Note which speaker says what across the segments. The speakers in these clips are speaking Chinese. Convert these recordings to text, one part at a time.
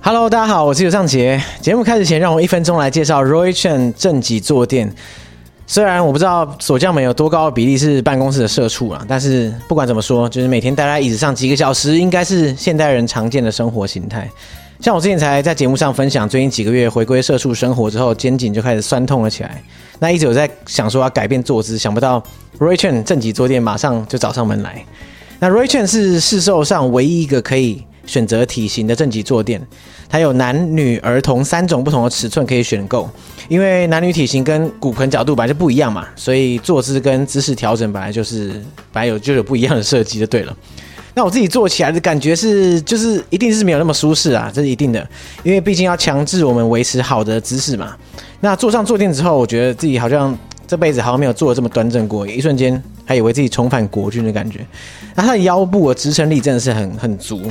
Speaker 1: Hello，大家好，我是尤尚杰。节目开始前，让我一分钟来介绍 Roy Chen 正极坐垫。虽然我不知道锁匠们有多高的比例是办公室的社畜啊，但是不管怎么说，就是每天待在椅子上几个小时，应该是现代人常见的生活形态。像我之前才在节目上分享，最近几个月回归社畜生活之后，肩颈就开始酸痛了起来。那一直有在想说要改变坐姿，想不到 Roy Chen 正极坐垫马上就找上门来。那 Roy Chen 是市售上唯一一个可以选择体型的正极坐垫，它有男女儿童三种不同的尺寸可以选购。因为男女体型跟骨盆角度本来就不一样嘛，所以坐姿跟姿势调整本来就是本来有就有不一样的设计就对了。那我自己做起来的感觉是，就是一定是没有那么舒适啊，这是一定的，因为毕竟要强制我们维持好的姿势嘛。那坐上坐垫之后，我觉得自己好像这辈子好像没有坐的这么端正过，一瞬间还以为自己重返国军的感觉。那他的腰部的支撑力真的是很很足，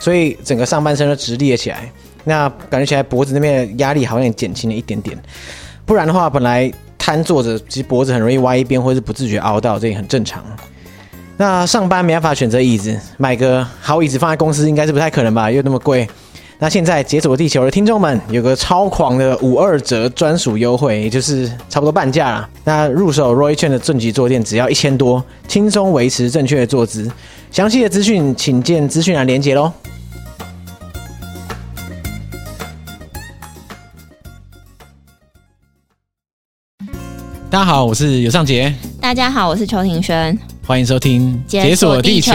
Speaker 1: 所以整个上半身都直立了起来。那感觉起来脖子那边的压力好像也减轻了一点点，不然的话，本来瘫坐着，其实脖子很容易歪一边，或是不自觉凹到，这也很正常。那上班没办法选择椅子，买个好椅子放在公司应该是不太可能吧，又那么贵。那现在解锁地球的听众们有个超狂的五二折专属优惠，也就是差不多半价啦。那入手 Roy Chen 的正极坐垫只要一千多，轻松维持正确的坐姿。详细的资讯请见资讯栏连接喽。大家好，我是尤尚杰，
Speaker 2: 大家好，我是邱庭轩。
Speaker 1: 欢迎收听《
Speaker 2: 解锁地球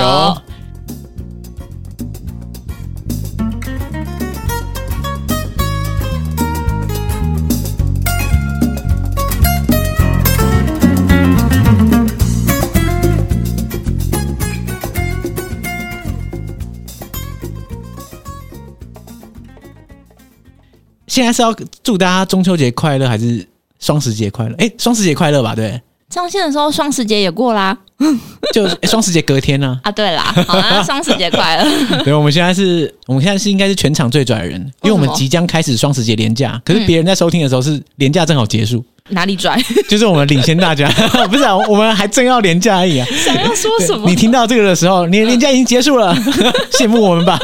Speaker 1: 现在是要祝大家中秋节快乐，还是双十节快乐？哎，双十节快乐吧，对，
Speaker 2: 上线的时候，双十节也过啦。
Speaker 1: 就诶双十节隔天呢、
Speaker 2: 啊，对啦， 好啦，双十节快 乐。
Speaker 1: 对，我们现在是，我们现在是应该是全场最拽的人，因为我们
Speaker 2: 为什么嗯
Speaker 1: 即将开始双十节连假，可是别人在收听的时候是连假正好结束，
Speaker 2: 哪里拽？
Speaker 1: 就是我们领先大家， 不是、啊，我们还正要连假而已啊。
Speaker 2: 想要说什么
Speaker 1: 你？听到这个的时候，你的连假已经结束了， 羡慕我们吧？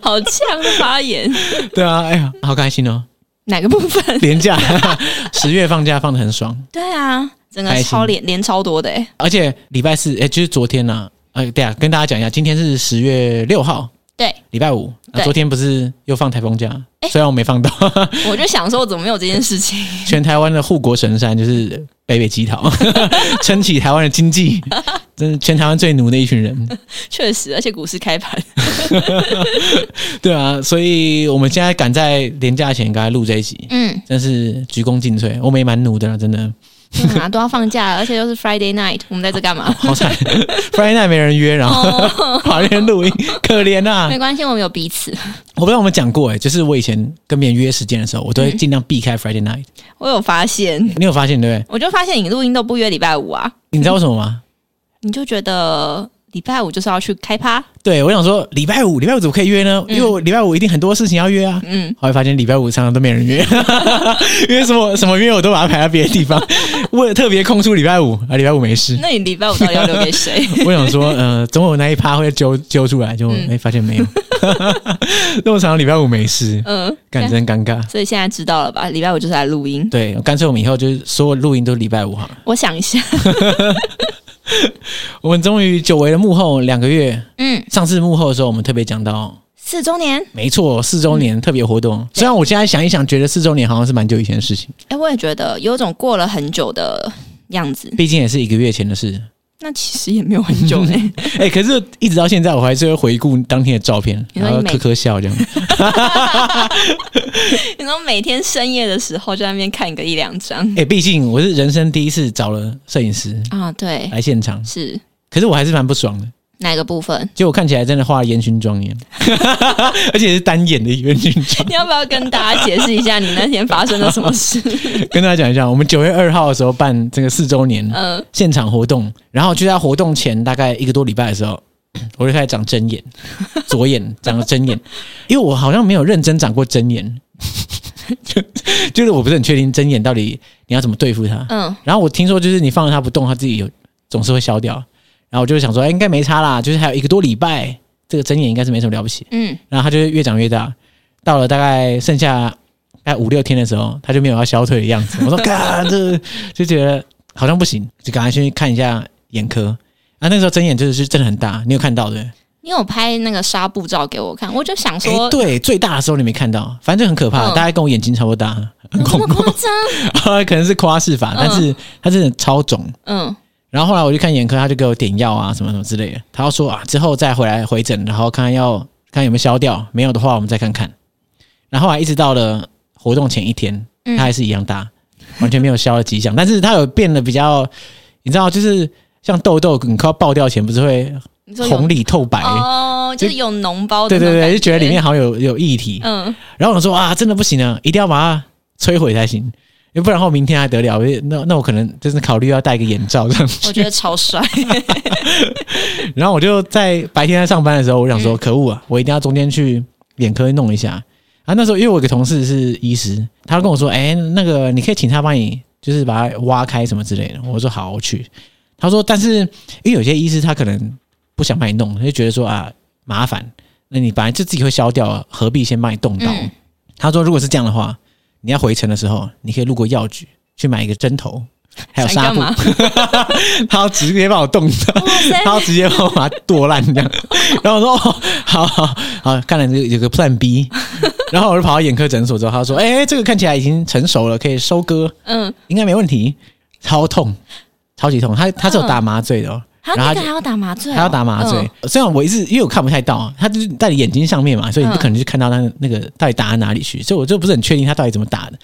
Speaker 2: 好呛的发言，
Speaker 1: 对啊，哎呀，好开心哦，
Speaker 2: 哪个部分？
Speaker 1: 连假 十月放假放的很爽，
Speaker 2: 对啊，整
Speaker 1: 开
Speaker 2: 个
Speaker 1: 心
Speaker 2: 超连连超多的哎、
Speaker 1: 而且礼拜四，哎、就是昨天呐、呃，对啊，跟大家讲一下，今天是十月六号，
Speaker 2: 对，
Speaker 1: 礼拜五。那
Speaker 2: 对哎
Speaker 1: 昨天不是又放台风假？
Speaker 2: 诶
Speaker 1: 虽然我没放到，
Speaker 2: 我就想说，我怎么没有这件事情？
Speaker 1: 全台湾的护国神山就是北北基桃， 撑起台湾的经济， 真是全台湾最奴的一群人。
Speaker 2: 确实，而且股市开盘，
Speaker 1: 对啊，所以我们现在赶在年假前赶快录这一集，
Speaker 2: 嗯，
Speaker 1: 真是鞠躬尽瘁。我们也蛮奴的啦，真的
Speaker 2: 对啊，都要放假了，而且又是 Friday night，我们在这干嘛？
Speaker 1: 好惨。Friday night 没人约，然后
Speaker 2: 哦，
Speaker 1: 跑来这边录音，可怜 啊！
Speaker 2: 没关系，我们有彼此。
Speaker 1: 我不知道我们讲过哎、就是我以前跟别人约时间的时候，我都会尽量避开 Friday night。
Speaker 2: 我有发现，
Speaker 1: 你有发现对不对？
Speaker 2: 我就发现你录音都不约礼拜五啊，
Speaker 1: 你知道为什么吗？
Speaker 2: 你就觉得礼拜五就是要去开趴，
Speaker 1: 对我想说礼拜五，礼拜五怎么可以约呢？因为我礼拜五一定很多事情要约啊。
Speaker 2: 嗯。
Speaker 1: 后来发现礼拜五常常都没人约， 因为什么什么约我都把它排在别的地方， 为了特别空出礼拜五啊，礼拜五没事。
Speaker 2: 那你礼拜五到底要留给 谁？
Speaker 1: 我想说，呃，总有那一趴会揪揪出来，就哎、
Speaker 2: 嗯
Speaker 1: 发现没有， 那么常常礼拜五没事，
Speaker 2: 嗯，
Speaker 1: 感真尴尬。
Speaker 2: 所以现在知道了吧？礼拜五就是来录音。
Speaker 1: 对，干脆我们以后就是所有录音都礼拜五好了。
Speaker 2: 我想一下，
Speaker 1: 我们终于久违的幕后两个月，
Speaker 2: 嗯，
Speaker 1: 上次幕后的时候，我们特别讲到，
Speaker 2: 四周年，
Speaker 1: 没错，四周年特别活动。虽然我现在想一想，觉得四周年好像是蛮久以前的事情，
Speaker 2: 哎、我也觉得有种过了很久的样子。
Speaker 1: 毕竟也是一个月前的事。
Speaker 2: 那其实也没有很 久呢、
Speaker 1: 哎、可是一直到现在，我还是会回顾当天的照片，
Speaker 2: 你说
Speaker 1: 然后
Speaker 2: 你每
Speaker 1: 咯咯笑这样。
Speaker 2: 你说每天深夜的时候就在那边看个一两张
Speaker 1: 哎、毕竟我是人生第一次找了摄影师
Speaker 2: 啊？对，
Speaker 1: 来现场，
Speaker 2: 是
Speaker 1: 可是我还是蛮不爽的。
Speaker 2: 哪个部分？
Speaker 1: 就我看起来真的画了烟熏妆一样， 而且是单眼的烟熏妆。
Speaker 2: 你要不要跟大家解释一下你那天发生了什么事？
Speaker 1: 跟大家讲一下，我们九月二号的时候办这个四周年
Speaker 2: 嗯，
Speaker 1: 现场活动，然后就在活动前大概一个多礼拜的时候， 我就开始长针眼，左眼长了针眼，因为我好像没有认真长过针眼， 就就是我不是很确定针眼到底你要怎么对付它。
Speaker 2: 嗯，
Speaker 1: 然后我听说就是你放了它不动，它自己有总是会消掉。然后我就想说，哎、应该没差啦，就是还有一个多礼拜，这个针眼应该是没什么了不起。
Speaker 2: 嗯，
Speaker 1: 然后它就越长越大，到了大概剩下大概五六天的时候，他就没有要消退的样子。我说， 嘎，这就觉得好像不行，就赶快去看一下眼科啊。那个时候针眼就是真的很大，你有看到对？
Speaker 2: 你有拍那个纱布照给我看，我就想
Speaker 1: 哎、
Speaker 2: 说，
Speaker 1: 对，最大的时候你没看到，反正就很可怕，
Speaker 2: 嗯
Speaker 1: 大概跟我眼睛差不多大， 很
Speaker 2: 怎么这
Speaker 1: 恐
Speaker 2: 么
Speaker 1: 怖。
Speaker 2: 夸张？
Speaker 1: 可能是夸饰法，但是它真的超肿。
Speaker 2: 嗯，
Speaker 1: 然后后来我去看眼科，他就给我点药啊，什么什么之类的。他要说啊，之后再回来回诊，然后看看要看有没有消掉，没有的话我们再看看。然后后来一直到了活动前一天，它
Speaker 2: 嗯
Speaker 1: 还是一样大，完全没有消的迹象。但是它有变得比较，你知道，就是像痘痘，你快要爆掉前不是会
Speaker 2: 你说有
Speaker 1: 红里透白？
Speaker 2: 哦，就是有脓包的
Speaker 1: 对
Speaker 2: 那
Speaker 1: 对
Speaker 2: 种感，
Speaker 1: 对，就觉得里面好像有有液体。
Speaker 2: 嗯，
Speaker 1: 然后我说啊，真的不行啊，一定要把它摧毁才行，要不然后明天还得了？我就那那我可能就是考虑要戴个眼罩这样
Speaker 2: 我
Speaker 1: 子。
Speaker 2: 觉得超帅，
Speaker 1: 然后我就在白天在上班的时候，我想
Speaker 2: 嗯
Speaker 1: 说，可恶啊，我一定要中间去眼科弄一下。啊，那时候因为我有个同事是医师，他跟我说，哎、那个你可以请他帮你，就是把它挖开什么之类的。我说好，我去。他说，但是因为有些医师他可能不想帮你弄，他就觉得说啊麻烦，那你本来就自己会消掉了，何必先帮你动刀？
Speaker 2: 嗯
Speaker 1: 他说，如果是这样的话，你要回程的时候，你可以路过药局去买一个针头，还有纱
Speaker 2: 想干
Speaker 1: 布，
Speaker 2: 嘛？
Speaker 1: 他要直接把我冻到。
Speaker 2: 哇塞，
Speaker 1: 他要直接把我把它剁烂这样。然后我说：“哦，好好好，看来有有个 Plan B。”然后我就跑到眼科诊所之后，他说：“哎、这个看起来已经成熟了，可以收割，
Speaker 2: 嗯，
Speaker 1: 应该没问题。”超痛，超级痛。他他是有打麻醉的、哦，
Speaker 2: 他
Speaker 1: 然后
Speaker 2: 那
Speaker 1: 他
Speaker 2: 个
Speaker 1: 就
Speaker 2: 还要打麻醉哦，
Speaker 1: 他要打麻醉
Speaker 2: 嗯。。
Speaker 1: 虽然我一直因为我看不太到，他就是在你眼睛上面嘛，所以你不
Speaker 2: 嗯
Speaker 1: 可能去看到他那个到底打到哪里去，所以我就不是很确定他到底怎么打的。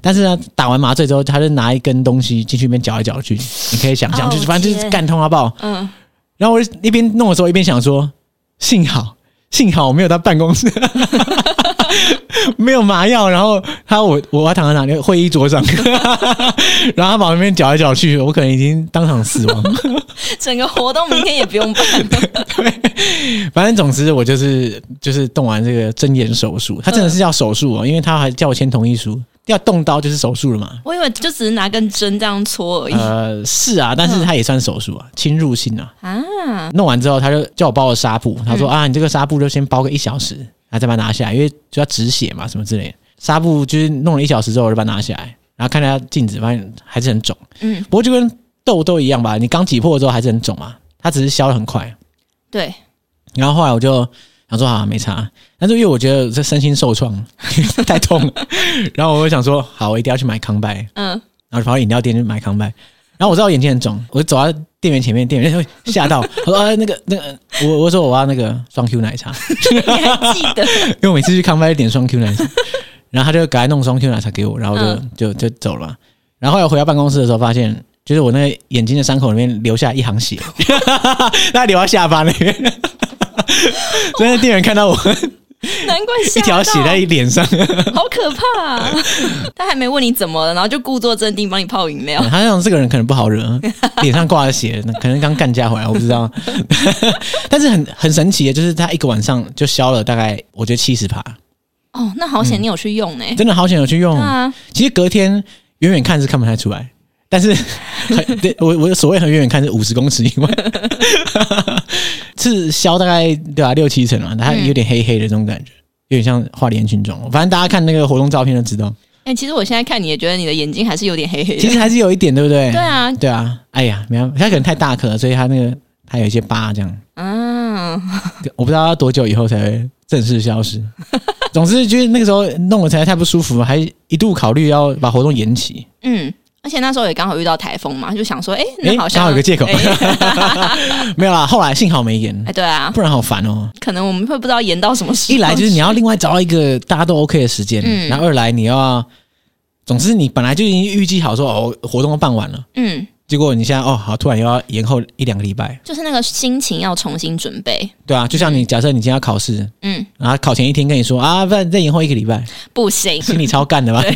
Speaker 1: 但是呢，打完麻醉之后，他就拿一根东西进去那边搅来搅去，你可以想象，
Speaker 2: 哦
Speaker 1: 就是反正就是
Speaker 2: 天
Speaker 1: 干痛到爆。
Speaker 2: 嗯，
Speaker 1: 然后我就一边弄的时候，一边想说，幸好幸好我没有到办公室， 没有麻药。然后他我我还躺在哪里会议桌上， 然后他把我那边搅来搅去，我可能已经当场死亡。
Speaker 2: 整个活动明天也不用办了，
Speaker 1: 反正总之我就是就是动完这个睁眼手术，他真的是叫手术哦，因为他还叫我签同意书，要动刀就是手术了嘛。
Speaker 2: 我以为就只是拿根针这样戳而已
Speaker 1: 呃，是啊，但是他也算手术啊，侵入性啊。
Speaker 2: 啊，
Speaker 1: 弄完之后，他就叫我包了纱布，他说、啊，你这个纱布就先包个一小时，然后再把它拿下来，因为就要止血嘛，什么之类的。纱布就是弄了一小时之后，我就把它拿下来，然后看它镜子，发现还是很肿。
Speaker 2: 嗯，
Speaker 1: 不过就跟痘痘一样吧，你刚挤破之后还是很肿嘛，它只是消的很快。
Speaker 2: 对，
Speaker 1: 然后后来我就想说，好、啊，没差。但是因为我觉得这身心受创 太痛了，然后我就想说，好，我一定要去买康拜，
Speaker 2: 嗯，
Speaker 1: 然后就跑到饮料店去买康拜。然后我知道我眼睛很肿，我就走到店员前面，店员 就会吓到，他说：“啊，那个那个，我我说我要那个双 Q 奶茶，
Speaker 2: 你还记得？
Speaker 1: 因为我每次去康拜就点双 Q 奶茶。” 然后他就赶快弄双 Q 奶茶给我，然后我就、
Speaker 2: 嗯
Speaker 1: 就就走了嘛。然后后来回到办公室的时候，发现就是我那个眼睛的伤口里面留下一行血， 那流到下巴那边。 所以那店员看到我
Speaker 2: 难怪吓
Speaker 1: 一条血
Speaker 2: 到
Speaker 1: 在脸上，
Speaker 2: 好可怕、啊！他还没问你怎么了，然后就故作镇定帮你泡饮料。
Speaker 1: 嗯他想这个人可能不好惹，脸上挂着血，那可能刚干架回来，我不知道。 但是很很神奇的，就是他一个晚上就消了大概，我觉得七十趴，嗯
Speaker 2: 哦，那好险你有去用呢、
Speaker 1: 真的好想有去用。
Speaker 2: 哎啊，
Speaker 1: 其实隔天远远看是看不太出来，但是很对我我所谓很远远看是五十公尺以外， 是消大概对吧、六七成啊，它有点黑黑的这种感觉，有点像花莲群众。反正大家看那个活动照片就知道，
Speaker 2: 哎、其实我现在看你也觉得你的眼睛还是有点黑黑
Speaker 1: 其
Speaker 2: 的。
Speaker 1: 实还是有一点，对不对？
Speaker 2: 对啊，
Speaker 1: 对啊，哎呀，没有，他可能太大颗了，所以他那个他有一些疤，这样
Speaker 2: 嗯，
Speaker 1: 我不知道要多久以后才会正式消失。 总之就是那个时候弄得实在太不舒服，还一度考虑要把活动延期。
Speaker 2: 嗯，而且那时候也刚好遇到台风嘛，就想说，哎、
Speaker 1: 哎
Speaker 2: 那好
Speaker 1: 刚
Speaker 2: 像
Speaker 1: 好有个借口
Speaker 2: 哎、
Speaker 1: 没有啦，后来幸好没延，
Speaker 2: 哎对啊，
Speaker 1: 不然好烦哦。
Speaker 2: 可能我们会不知道延到什么时候。
Speaker 1: 一来就是你要另外找到一个大家都 OK 的时间，
Speaker 2: 嗯
Speaker 1: 然后二来你要，总之你本来就已经预计好说哦，活动都办完了，
Speaker 2: 嗯，
Speaker 1: 结果你现在哦好，突然又要延后一两个礼拜，
Speaker 2: 就是那个心情要重新准备。
Speaker 1: 对啊，就像你假设你今天要考试，
Speaker 2: 嗯，
Speaker 1: 然后考前一天跟你说啊，不然再延后一个礼拜，
Speaker 2: 不 行，
Speaker 1: 心里超干的吧？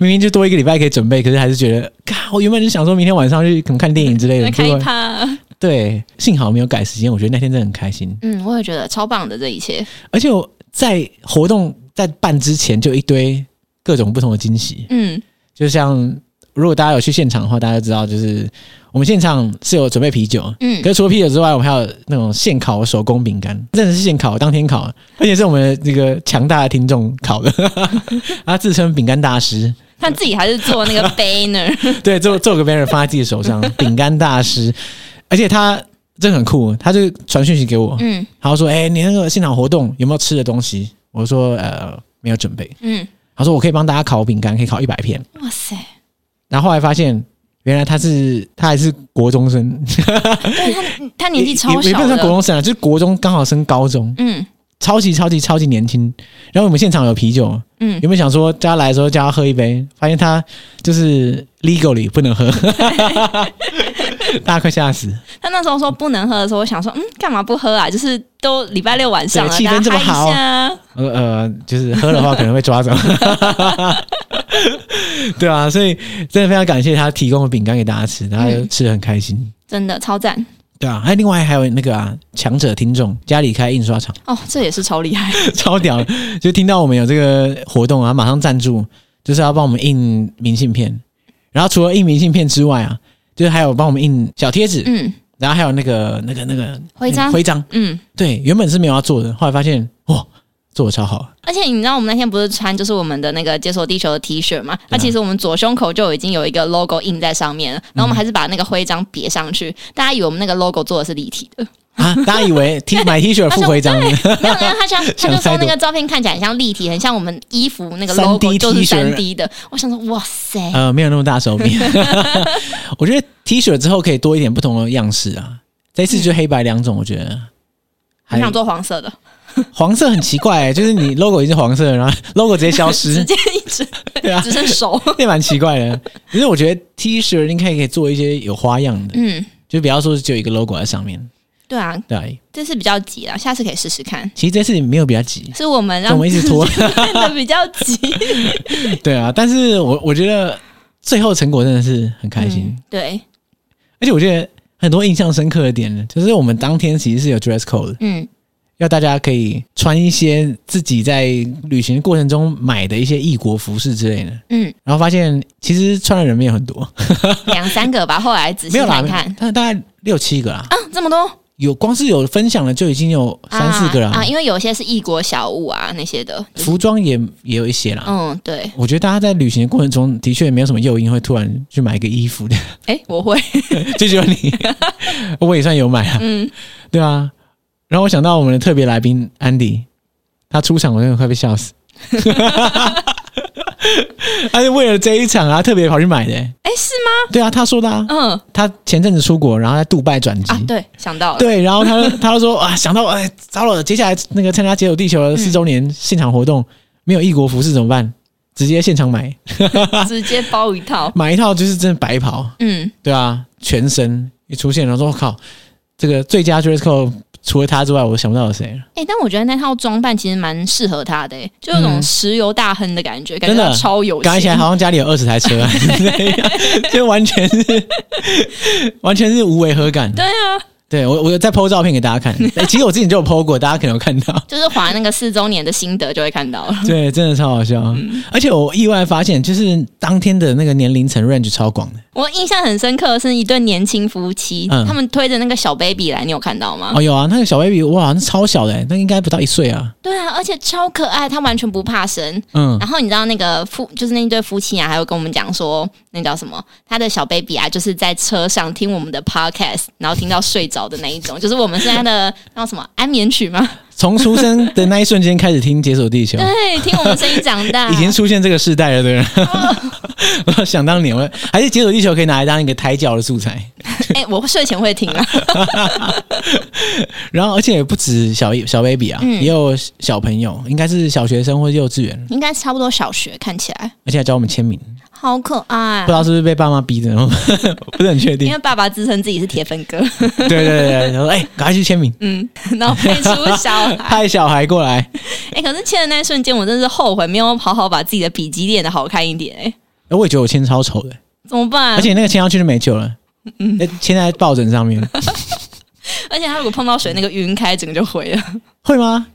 Speaker 1: 明明就多一个礼拜可以准备，可是还是觉得，嘎，我原本就想说明天晚上去可能看电影之类的，
Speaker 2: 来开
Speaker 1: 结
Speaker 2: 一
Speaker 1: 果
Speaker 2: 趴。
Speaker 1: 对，幸好没有改时间，我觉得那天真的很开心。
Speaker 2: 嗯，我也觉得超棒的这一切。
Speaker 1: 而且我在活动在办之前就一堆各种不同的惊喜，
Speaker 2: 嗯，
Speaker 1: 就像如果大家有去现场的话，大家就知道，就是我们现场是有准备啤酒，
Speaker 2: 嗯
Speaker 1: 可是除了啤酒之外，我们还有那种现烤手工饼干，真的是现烤，当天烤，而且是我们那个强大的听众烤的， 他自称饼干大师，
Speaker 2: 他自己还是做那 个 banner，
Speaker 1: 对，做做个 banner 放在自己手上，饼干大师，而且他真的很酷，他就传讯息给我，
Speaker 2: 嗯
Speaker 1: 他说：“哎、你那个现场活动有没有吃的东西？”我说：“呃，没有准备。
Speaker 2: 嗯，”
Speaker 1: 他说：“我可以帮大家烤饼干，可以烤一百片。
Speaker 2: 哇塞，”
Speaker 1: 然后后来发现，原来他是他还是国中生，
Speaker 2: 对他他年纪
Speaker 1: 也
Speaker 2: 超
Speaker 1: 也也不
Speaker 2: 小
Speaker 1: 能算国
Speaker 2: 的，
Speaker 1: 中生啊，就是国中刚好升高中，
Speaker 2: 嗯
Speaker 1: 超级超级超级年轻。然后我们现场有啤酒，
Speaker 2: 嗯，
Speaker 1: 原本想说叫他来的时候叫他喝一杯，发现他就是 legally 不能 喝，大家快吓死！
Speaker 2: 他那时候说不能喝的时候，我想说，嗯，干嘛不喝啊？就是都礼拜六晚上了，
Speaker 1: 对气氛
Speaker 2: 大
Speaker 1: 这
Speaker 2: 家
Speaker 1: 么
Speaker 2: 嗨一
Speaker 1: 好
Speaker 2: 下啊，
Speaker 1: 呃呃，就是喝的话可能会抓走。 对啊，所以真的非常感谢他提供的饼干给大家吃，大家
Speaker 2: 嗯
Speaker 1: 就吃的很开心。
Speaker 2: 真的超赞
Speaker 1: 对啊，还有另外还有那个啊，强者听众家里开印刷厂，
Speaker 2: 哦，这也是超厉害，
Speaker 1: 超屌的，就听到我们有这个活动啊，马上赞助，就是要帮我们印明信片。然后除了印明信片之外啊，就是还有帮我们印小贴纸，
Speaker 2: 嗯
Speaker 1: 然后还有那个那个那个
Speaker 2: 徽章
Speaker 1: 那个徽章。
Speaker 2: 嗯。
Speaker 1: 对，原本是没有要做的，后来发现哇，做的超好，
Speaker 2: 而且你知道我们那天不是穿就是我们的那个解锁地球的 T 恤
Speaker 1: 啊
Speaker 2: 嘛？那、其实我们左胸口就已经有一个 logo 印在上面了，
Speaker 1: 嗯
Speaker 2: 然后我们还是把那个徽章别上去。大家以为我们那个 logo 做的是 立体的，
Speaker 1: 啊！大家以为 T 买 T 恤附徽章，
Speaker 2: 没有没有，他想他
Speaker 1: 想
Speaker 2: 就
Speaker 1: 塞
Speaker 2: 说那
Speaker 1: 多
Speaker 2: 个照片看起来很像立体，很像我们衣服那个
Speaker 1: 3D
Speaker 2: logo 就是
Speaker 1: T 恤
Speaker 2: 三 D 的。我想说，哇塞，
Speaker 1: 呃，没有那么大手笔。 我觉得 T 恤之后可以多一点不同的样式啊。这一次就黑白两种，我觉得。
Speaker 2: 很嗯想做黄色的，
Speaker 1: 黄色很奇怪、欸就是你 logo 已经黄色了，然后 logo 直接消
Speaker 2: 直
Speaker 1: 失，
Speaker 2: 接一直
Speaker 1: 对啊
Speaker 2: 只，剩 手。
Speaker 1: 那蛮奇怪的。可是我觉得 T 恤应该可以做一些有花样的，
Speaker 2: 嗯，
Speaker 1: 就不要说只有一个 logo 在上面。
Speaker 2: 对啊，
Speaker 1: 对，
Speaker 2: 这次比较急啊，下次可以试试看。
Speaker 1: 其实这次没有比较急，
Speaker 2: 是我们
Speaker 1: 但
Speaker 2: 让
Speaker 1: 我们一直拖。
Speaker 2: 变得比较急，
Speaker 1: 对啊，但是我我觉得最后成果真的是很开心，
Speaker 2: 嗯对，
Speaker 1: 而且我觉得很多印象深刻的点呢，就是我们当天其实是有 dress code 的。
Speaker 2: 嗯
Speaker 1: 要大家可以穿一些自己在旅行过程中买的一些异国服饰之类的，
Speaker 2: 嗯，
Speaker 1: 然后发现其实穿的人没有很多，
Speaker 2: 两三个吧，后来仔
Speaker 1: 没
Speaker 2: 细
Speaker 1: 有啦
Speaker 2: 看看，。
Speaker 1: 但大概六七个啦，
Speaker 2: 啊，这么多，
Speaker 1: 有光是有分享的就已经有三四个啦，
Speaker 2: 啊啊，因为有些是异国小物啊那些的，
Speaker 1: 服啊装也也有一些啦。
Speaker 2: 嗯，对，
Speaker 1: 我觉得大家在旅行的过程中，的确没有什么诱因会突然去买一个衣服的，
Speaker 2: 哎，我会，
Speaker 1: 就只有你，我也算有买啊，
Speaker 2: 嗯，
Speaker 1: 对啊。然后我想到我们的特别来宾安迪，他出场我真的快被笑死， 他是为了这一场啊特别跑去买的、
Speaker 2: 哎，是吗？
Speaker 1: 对啊，他说的啊，
Speaker 2: 嗯
Speaker 1: 他前阵子出国，然后在杜拜转机，
Speaker 2: 啊，对，想到
Speaker 1: 嗯
Speaker 2: 了，
Speaker 1: 对，然后他他就说啊，想到哎，糟了，接下来那个参加《解锁地球》
Speaker 2: 嗯
Speaker 1: 的四周年现场活动，没有异国服饰怎么办？直接现场买，啊
Speaker 2: 直接包一套，
Speaker 1: 买一套就是真的白袍，
Speaker 2: 嗯，
Speaker 1: 对啊，全身一出现，然后说我靠，这个最佳 dress code 除了他之外，我想不到有谁了。
Speaker 2: 哎，但我觉得那套装扮其实蛮适合他的，哎，就有种
Speaker 1: 嗯
Speaker 2: 石油大亨的感觉，感
Speaker 1: 真
Speaker 2: 觉
Speaker 1: 的
Speaker 2: 他超有
Speaker 1: 刚才起来
Speaker 2: 钱，
Speaker 1: 好像家里有二十台车、 啊， 就完全是完全是无违和感。
Speaker 2: 对啊，
Speaker 1: 对我，我有再 PO 照片给大家 看。哎其实我之前就有 PO 过，大家可能有看到。
Speaker 2: 就是划那个四周年的心得就会看 到了，
Speaker 1: 对，真的超好笑。
Speaker 2: 嗯
Speaker 1: 而且我意外发现，就是当天的那个年龄层 range 超广的。
Speaker 2: 我印象很深刻的是一对年轻夫妻，
Speaker 1: 嗯
Speaker 2: 他们推着那个小 baby 来，你有看到吗？
Speaker 1: 哦，有啊，那个小 baby，哇，那超小的欸，那应该不到一岁啊。
Speaker 2: 对啊，而且超可爱，他完全不怕生，
Speaker 1: 嗯，
Speaker 2: 然后你知道那个夫，就是那一对夫妻啊，还有跟我们讲说，那叫什么？他的小 baby 啊，就是在车上听我们的 podcast，然后听到睡着的那一种，就是我们是他的叫什么 安眠曲吗？
Speaker 1: 从出生的那一瞬间开始听《解锁地球》，
Speaker 2: 对，听我们声音长大
Speaker 1: 已。经出现这个世代了，对不 对？我想当年，我还是《解锁地球》可以拿来当一个抬脚的素材。
Speaker 2: 哎、我睡前会听啊，
Speaker 1: 然后，而且也不止小小 baby
Speaker 2: 嗯
Speaker 1: 啊，也有小朋友，应该是小学生或幼稚园，
Speaker 2: 应该差不多小学，看起来
Speaker 1: 而且还找我们签名，
Speaker 2: 好可爱
Speaker 1: 不知。道是不是被爸妈逼的，我 不是很确定
Speaker 2: 啊因为。爸爸自称自己是铁粉哥，
Speaker 1: 对对对对，然后哎，赶快去签名，
Speaker 2: 嗯，然后配出小 孩，
Speaker 1: 派小孩过来。
Speaker 2: 哎、可是签的那一瞬间，我真是后悔没有好好把自己的笔记练得好看一点、哎，
Speaker 1: 哎我也觉得我签超丑的，
Speaker 2: 怎么办？
Speaker 1: 而且那个签上去就没救了。嗯，签在抱枕上面
Speaker 2: 而且他如果碰到水，那个晕开，整个就毁了。
Speaker 1: 会吗？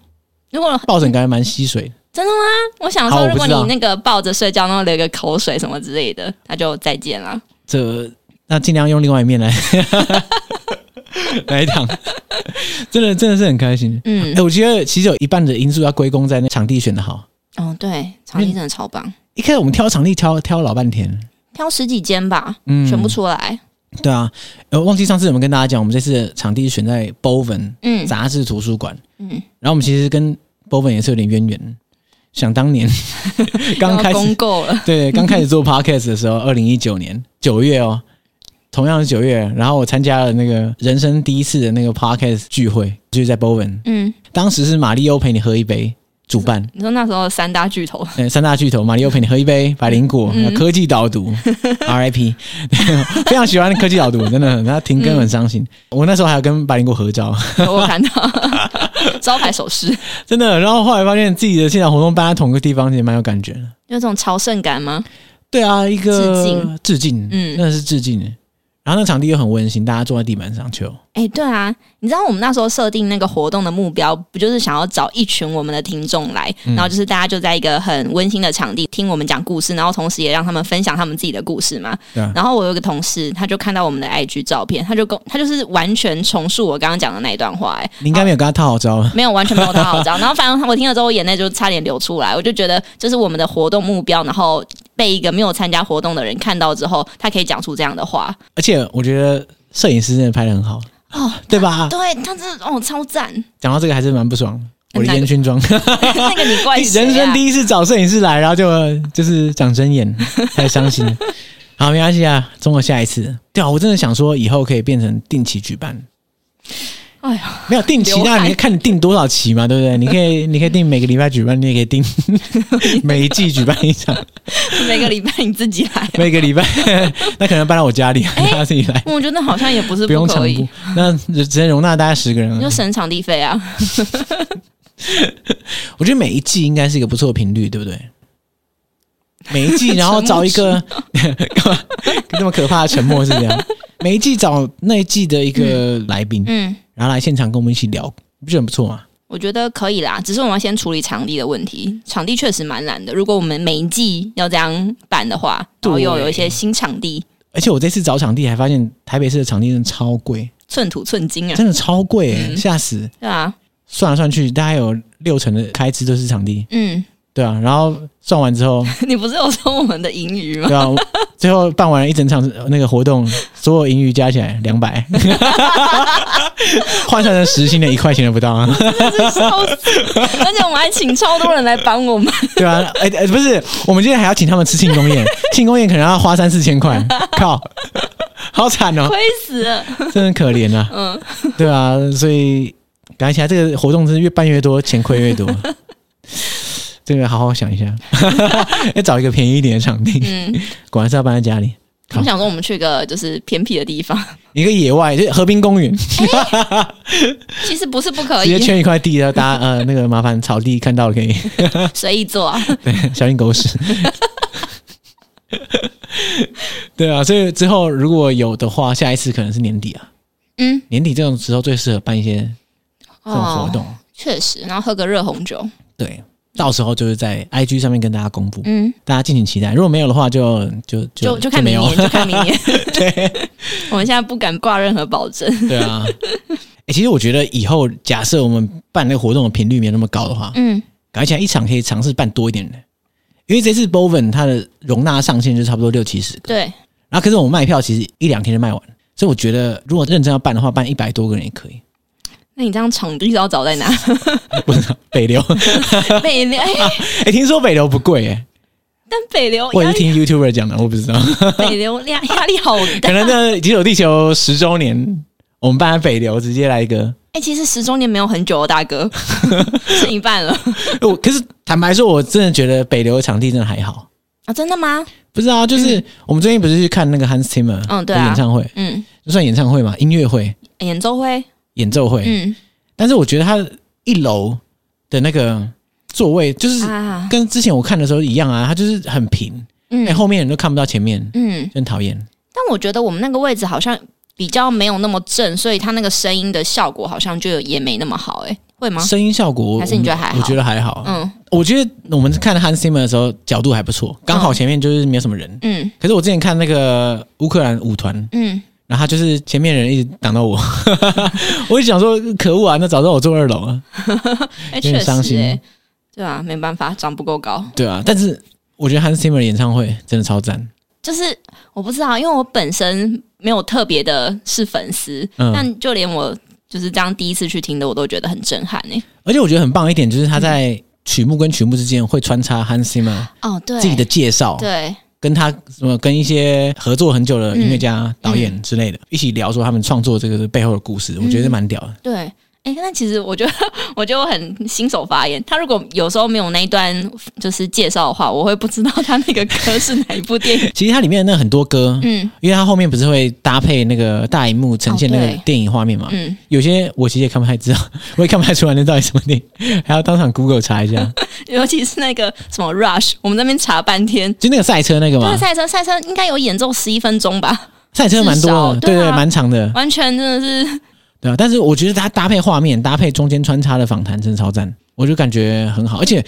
Speaker 2: 如果
Speaker 1: 抱枕感觉蛮吸水的，
Speaker 2: 真的吗？我想
Speaker 1: 好
Speaker 2: 说，
Speaker 1: 啊我
Speaker 2: 如
Speaker 1: 不
Speaker 2: 果
Speaker 1: 知
Speaker 2: 你
Speaker 1: 道
Speaker 2: 那个抱着睡觉，然后流个口水什么之类的，那就再见啦。
Speaker 1: 这那尽量用另外一面来 来一趟，真的真的是很开心。哎、
Speaker 2: 嗯，
Speaker 1: 我觉得其实有一半的因素要归功在那场地选的好。
Speaker 2: 哦，对，场地真的超棒，
Speaker 1: 一开始我们挑场地挑挑老半天，
Speaker 2: 挑十几间吧，
Speaker 1: 嗯
Speaker 2: 选不出来。
Speaker 1: 对啊，呃，忘记上次有没有跟大家讲，我们这次的场地选在 Boven
Speaker 2: 嗯
Speaker 1: 杂志图书馆，
Speaker 2: 嗯，
Speaker 1: 然后我们其实跟 Boven 也是有点渊源。想当 年刚
Speaker 2: 然后
Speaker 1: 开
Speaker 2: 公
Speaker 1: 始，
Speaker 2: 购了，
Speaker 1: 对，刚开始做 podcast 的时候，二零一九年九月哦，同样是九月，然后我参加了那个人生第一次的那个 podcast 聚会，就是在 Bowen，
Speaker 2: 嗯，
Speaker 1: 当时是马里欧陪你喝一杯主办，
Speaker 2: 你说那时候三大巨头，
Speaker 1: 呃，三大巨头马里欧陪你喝一杯，百灵果、
Speaker 2: 嗯
Speaker 1: 科技导读，RIP，非常喜欢科技导读，真的，他停更很伤心。我那时候还有跟百灵果合照，
Speaker 2: 我看到招牌首饰，
Speaker 1: 真的。然后后来发现自己的现场活动办在同个地方，其实蛮有感觉的。
Speaker 2: 有种朝圣感吗？
Speaker 1: 对啊，一个
Speaker 2: 致敬，
Speaker 1: 致敬，嗯，
Speaker 2: 嗯
Speaker 1: 真的是致敬耶。然后那场地又很温馨，大家坐在地板上就
Speaker 2: 哎、对啊，你知道我们那时候设定那个活动的目标，不就是想要找一群我们的听众来，
Speaker 1: 嗯
Speaker 2: 然后就是大家就在一个很温馨的场地听我们讲故事，然后同时也让他们分享他们自己的故事嘛。
Speaker 1: 对啊
Speaker 2: 然后我有一个同事，他就看到我们的 IG 照片，他就跟他就是完全重述我刚刚讲的那一段话、哎，
Speaker 1: 你应该没有跟他套好招吧？
Speaker 2: 没有完全没有打好招。然后反正我听了之后，我眼泪就差点流出来。我就觉得这是我们的活动目标，然后被一个没有参加活动的人看到之后，他可以讲出这样的话。
Speaker 1: 而且我觉得摄影师真的拍的很好，
Speaker 2: 哦，
Speaker 1: 对吧？
Speaker 2: 对，他真的哦超赞，
Speaker 1: 讲到这个还是蛮不爽的，我的
Speaker 2: 哪个
Speaker 1: 烟熏妆。
Speaker 2: 那个你怪谁、啊？
Speaker 1: 人生第一次找摄影师来，然后就就是长针 眼，太伤心了。好，没关系啊，中国下一次。对啊，我真的想说以后可以变成定期举办。
Speaker 2: 哎呀，
Speaker 1: 没有定期，
Speaker 2: 流汗
Speaker 1: 那你看你定多少期嘛，对不对？你可 以，你可以定每个礼拜举办，你也可以定每一季举办一 场，
Speaker 2: 每个礼拜你自己 来。
Speaker 1: 每个礼拜那可能搬到我家里，让 他自己来，
Speaker 2: 嗯我觉得好像也哎不是
Speaker 1: 不用强
Speaker 2: 可以
Speaker 1: 迫，。那只只能容纳大概十个人
Speaker 2: 你
Speaker 1: 而
Speaker 2: 就
Speaker 1: 已。
Speaker 2: 省场地费啊。
Speaker 1: 我觉得每一季应该是一个不错的频率，对不对？每一季，然后找一 个 干嘛那么可怕的沉默是这样？每一季找那一季的一个来宾，
Speaker 2: 嗯，
Speaker 1: 然后来现场跟我们一起聊，不觉得很不错吗？
Speaker 2: 我觉得可以啦，只是我们要先处理场地的问题。场地确实蛮难的，如果我们每一季要这样办的话，然后又有一些新场地，
Speaker 1: 而且我这次找场地还发现台北市的场地真的超贵，
Speaker 2: 寸土寸金啊，
Speaker 1: 真的超贵、欸，
Speaker 2: 嗯
Speaker 1: 吓死！
Speaker 2: 对啊，
Speaker 1: 算来算去，大概有六成的开支都是场地，
Speaker 2: 嗯。
Speaker 1: 对啊。然后算完之后，
Speaker 2: 你不是有说我们的盈余吗？
Speaker 1: 对啊，我最后办完了一整场那个活动，所有盈余加起来两百， 换算成时薪的一块钱都不到啊。
Speaker 2: 真是笑死！而且我们还请超多人来帮我们，
Speaker 1: 对啊，哎、哎不是，我们今天还要请他们吃庆功宴，庆功宴可能要花三四千块，靠，好惨哦，
Speaker 2: 亏死了。
Speaker 1: 真的可怜啊。
Speaker 2: 嗯，
Speaker 1: 对啊，所以感觉起来这个活动真是越办越多，钱亏 越多。这个好好想一下， 要找一个便宜一点的场地，
Speaker 2: 嗯
Speaker 1: 果然是要搬在家里，
Speaker 2: 我们想说我们去一个就是偏僻的地方，
Speaker 1: 一个野外，就是河滨公园。
Speaker 2: 其实不是不可
Speaker 1: 直接
Speaker 2: 以，
Speaker 1: 圈一块地，然后大家呃那个麻烦草地看到了可 以
Speaker 2: 随意做啊。
Speaker 1: 小心狗屎。对啊，所以之后如果有的话，下一次可能是年底啊。
Speaker 2: 嗯，哦
Speaker 1: 年底这种时候最适合办一些这种活动。
Speaker 2: 确实，然后喝个热红酒。
Speaker 1: 对，到时候就是在 IG 上面跟大家公布，
Speaker 2: 嗯，
Speaker 1: 大家敬请期待。如果没有的话就，就就
Speaker 2: 就就看
Speaker 1: 没
Speaker 2: 明
Speaker 1: 有
Speaker 2: 年，。 就看明 年。
Speaker 1: 对
Speaker 2: 我们现在不敢挂任何保证。
Speaker 1: 对啊。欸其实我觉得以后假设我们办那个活动的频率没有那么高的话，
Speaker 2: 嗯，
Speaker 1: 感觉起来一场可以尝试办多一点的，因为这次 Bowen 它的容纳上限就差不多六七十个，
Speaker 2: 对，
Speaker 1: 然后可是我们卖票其实一两天就卖完了，所以我觉得如果认真要办的话，办一百多个人也可以，
Speaker 2: 那你这样场地要找在 哪？
Speaker 1: 不是北流，哎、
Speaker 2: 北流，哎
Speaker 1: 听说北流不贵哎、
Speaker 2: 但北流
Speaker 1: 我
Speaker 2: 压
Speaker 1: 也是听
Speaker 2: 力，
Speaker 1: YouTuber 讲的，我不知 道，
Speaker 2: 北流压压力好大
Speaker 1: 可。能那解锁地球十周年，我们办在北流直接来一个，
Speaker 2: 哎，其实十周年没有很久哦，大哥，剩一半了
Speaker 1: 我可是坦白说，我真的觉得北流的场地真的还好。
Speaker 2: 啊？真的吗？
Speaker 1: 不知道、啊，就是、我们最近不是去看那个 Hans Zimmer
Speaker 2: 嗯
Speaker 1: 的
Speaker 2: 对啊
Speaker 1: 演唱会，
Speaker 2: 嗯，
Speaker 1: 就算演唱会嘛，音乐会、
Speaker 2: 演奏会，
Speaker 1: 演奏会，
Speaker 2: 嗯
Speaker 1: 但是我觉得它一楼的那个座位就是
Speaker 2: 啊，
Speaker 1: 跟之前我看的时候一样啊，它就是很平，哎、
Speaker 2: 嗯
Speaker 1: 后面人都看不到前面，
Speaker 2: 嗯，
Speaker 1: 就很讨厌。
Speaker 2: 但我觉得我们那个位置好像比较没有那么正，所以它那个声音的效果好像就也没那么好、欸，哎，会吗？
Speaker 1: 声音效果，
Speaker 2: 还是你觉得还好
Speaker 1: 我觉得还好。
Speaker 2: 嗯
Speaker 1: 我觉得我们看 Hans Zimmer 的时候角度还不错，刚好前面就是没有什么人。
Speaker 2: 嗯
Speaker 1: 可是我之前看那个乌克兰舞团，
Speaker 2: 嗯，
Speaker 1: 然后他就是前面人一直挡到我， 我就想说可恶啊，那早知道我坐二楼啊，
Speaker 2: 哎、
Speaker 1: 有
Speaker 2: 确
Speaker 1: 点
Speaker 2: 实、
Speaker 1: 伤心
Speaker 2: 欸，对啊，没办法，长不够高。
Speaker 1: 对啊。但是我觉得 Hans Zimmer 的演唱会真的超赞，
Speaker 2: 就是我不知道，因为我本身没有特别的是粉丝，
Speaker 1: 嗯
Speaker 2: 但就连我就是这样第一次去听的，我都觉得很震撼欸诶、
Speaker 1: 而且我觉得很棒一点就是他在曲目跟曲目之间会穿插 Hans Zimmer
Speaker 2: 哦，对，
Speaker 1: 自己的介绍，
Speaker 2: 对，
Speaker 1: 跟他什么跟一些合作很久的音乐家、导演之类的一起聊说他们创作这个背后的故事，我觉得蛮屌的。。
Speaker 2: 对，哎、那其实我觉得，我觉得我很新手发言。他如果有时候没有那一段就是介绍的话，我会不知道他那个歌是哪一部电影
Speaker 1: 其实它里面的那很多歌，
Speaker 2: 嗯
Speaker 1: 因为它后面不是会搭配那个大荧幕呈现那
Speaker 2: 哦
Speaker 1: 个
Speaker 2: 对
Speaker 1: 电影画面嘛，
Speaker 2: 嗯，
Speaker 1: 有些我其实也看不太知道， 我也看不太出来那到底什么电影，还要当场 Google 查一下。
Speaker 2: 尤其是那个什么 Rush，我们那边查半天。
Speaker 1: 就那个赛车那个
Speaker 2: 这
Speaker 1: 嘛
Speaker 2: 个，赛车，赛车应该有演奏十一分钟吧，
Speaker 1: 赛车蛮多的，
Speaker 2: 至少
Speaker 1: 对
Speaker 2: 对啊
Speaker 1: 蛮长的，
Speaker 2: 完全真的是
Speaker 1: 对啊。但是我觉得它搭配画面，搭配中间穿插的访谈，真的超赞，我就感觉很好。而且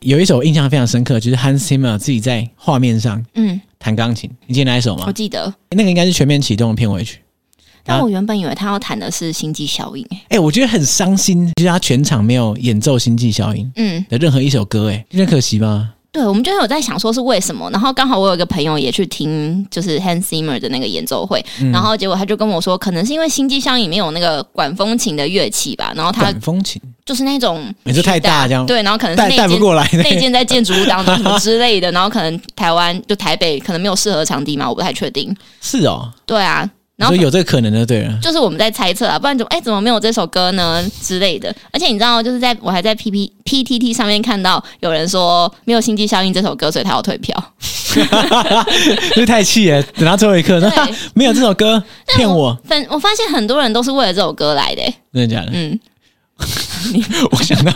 Speaker 1: 有一首我印象非常深刻，就是 Hans Zimmer 自己在画面上
Speaker 2: 嗯，
Speaker 1: 弹钢琴，你记得哪一首吗
Speaker 2: 我？记得。
Speaker 1: 那个应该是全面启动的片尾曲。
Speaker 2: 但
Speaker 1: 啊
Speaker 2: 我原本以为他要谈的是《星际效应》诶，
Speaker 1: 哎、我觉得很伤心，就是他全场没有演奏《星际效应》
Speaker 2: 嗯，
Speaker 1: 的任何一首歌、哎，有点可惜吧？
Speaker 2: 对，我们就是有在想说是为什么，然后刚好我有一个朋友也去听就是 Hans Zimmer 的那个演奏会，
Speaker 1: 嗯
Speaker 2: 然后结果他就跟我说，可能是因为《星际效应》里面有那个管风琴的乐器吧，然后 他
Speaker 1: 管风琴，
Speaker 2: 就是那种
Speaker 1: 每次太大这样
Speaker 2: 对，然后可能
Speaker 1: 带
Speaker 2: 是
Speaker 1: 带
Speaker 2: 那
Speaker 1: 不
Speaker 2: 间
Speaker 1: 过来 呢。
Speaker 2: 那间在建筑物当中什么之类的，然后可能台湾就台北可能没有适合的场地嘛，我不太确定。
Speaker 1: 是哦，
Speaker 2: 对啊，然
Speaker 1: 所
Speaker 2: 后
Speaker 1: 以有这个可能的，对 了。
Speaker 2: 就是我们在猜测啊，不然怎么哎、怎么没有这首歌呢之类的？而且你知道，就是在我还在 P P P T T 上面看到有人说没有《星际效应》这首歌，所以他要退票。
Speaker 1: 就是太气了，等到最后一刻，那
Speaker 2: 对
Speaker 1: 没有这首歌，
Speaker 2: 但
Speaker 1: 骗我，
Speaker 2: 反我发现很多人都是为了这首歌来的、欸
Speaker 1: 真的假的？
Speaker 2: 嗯，
Speaker 1: 我想到，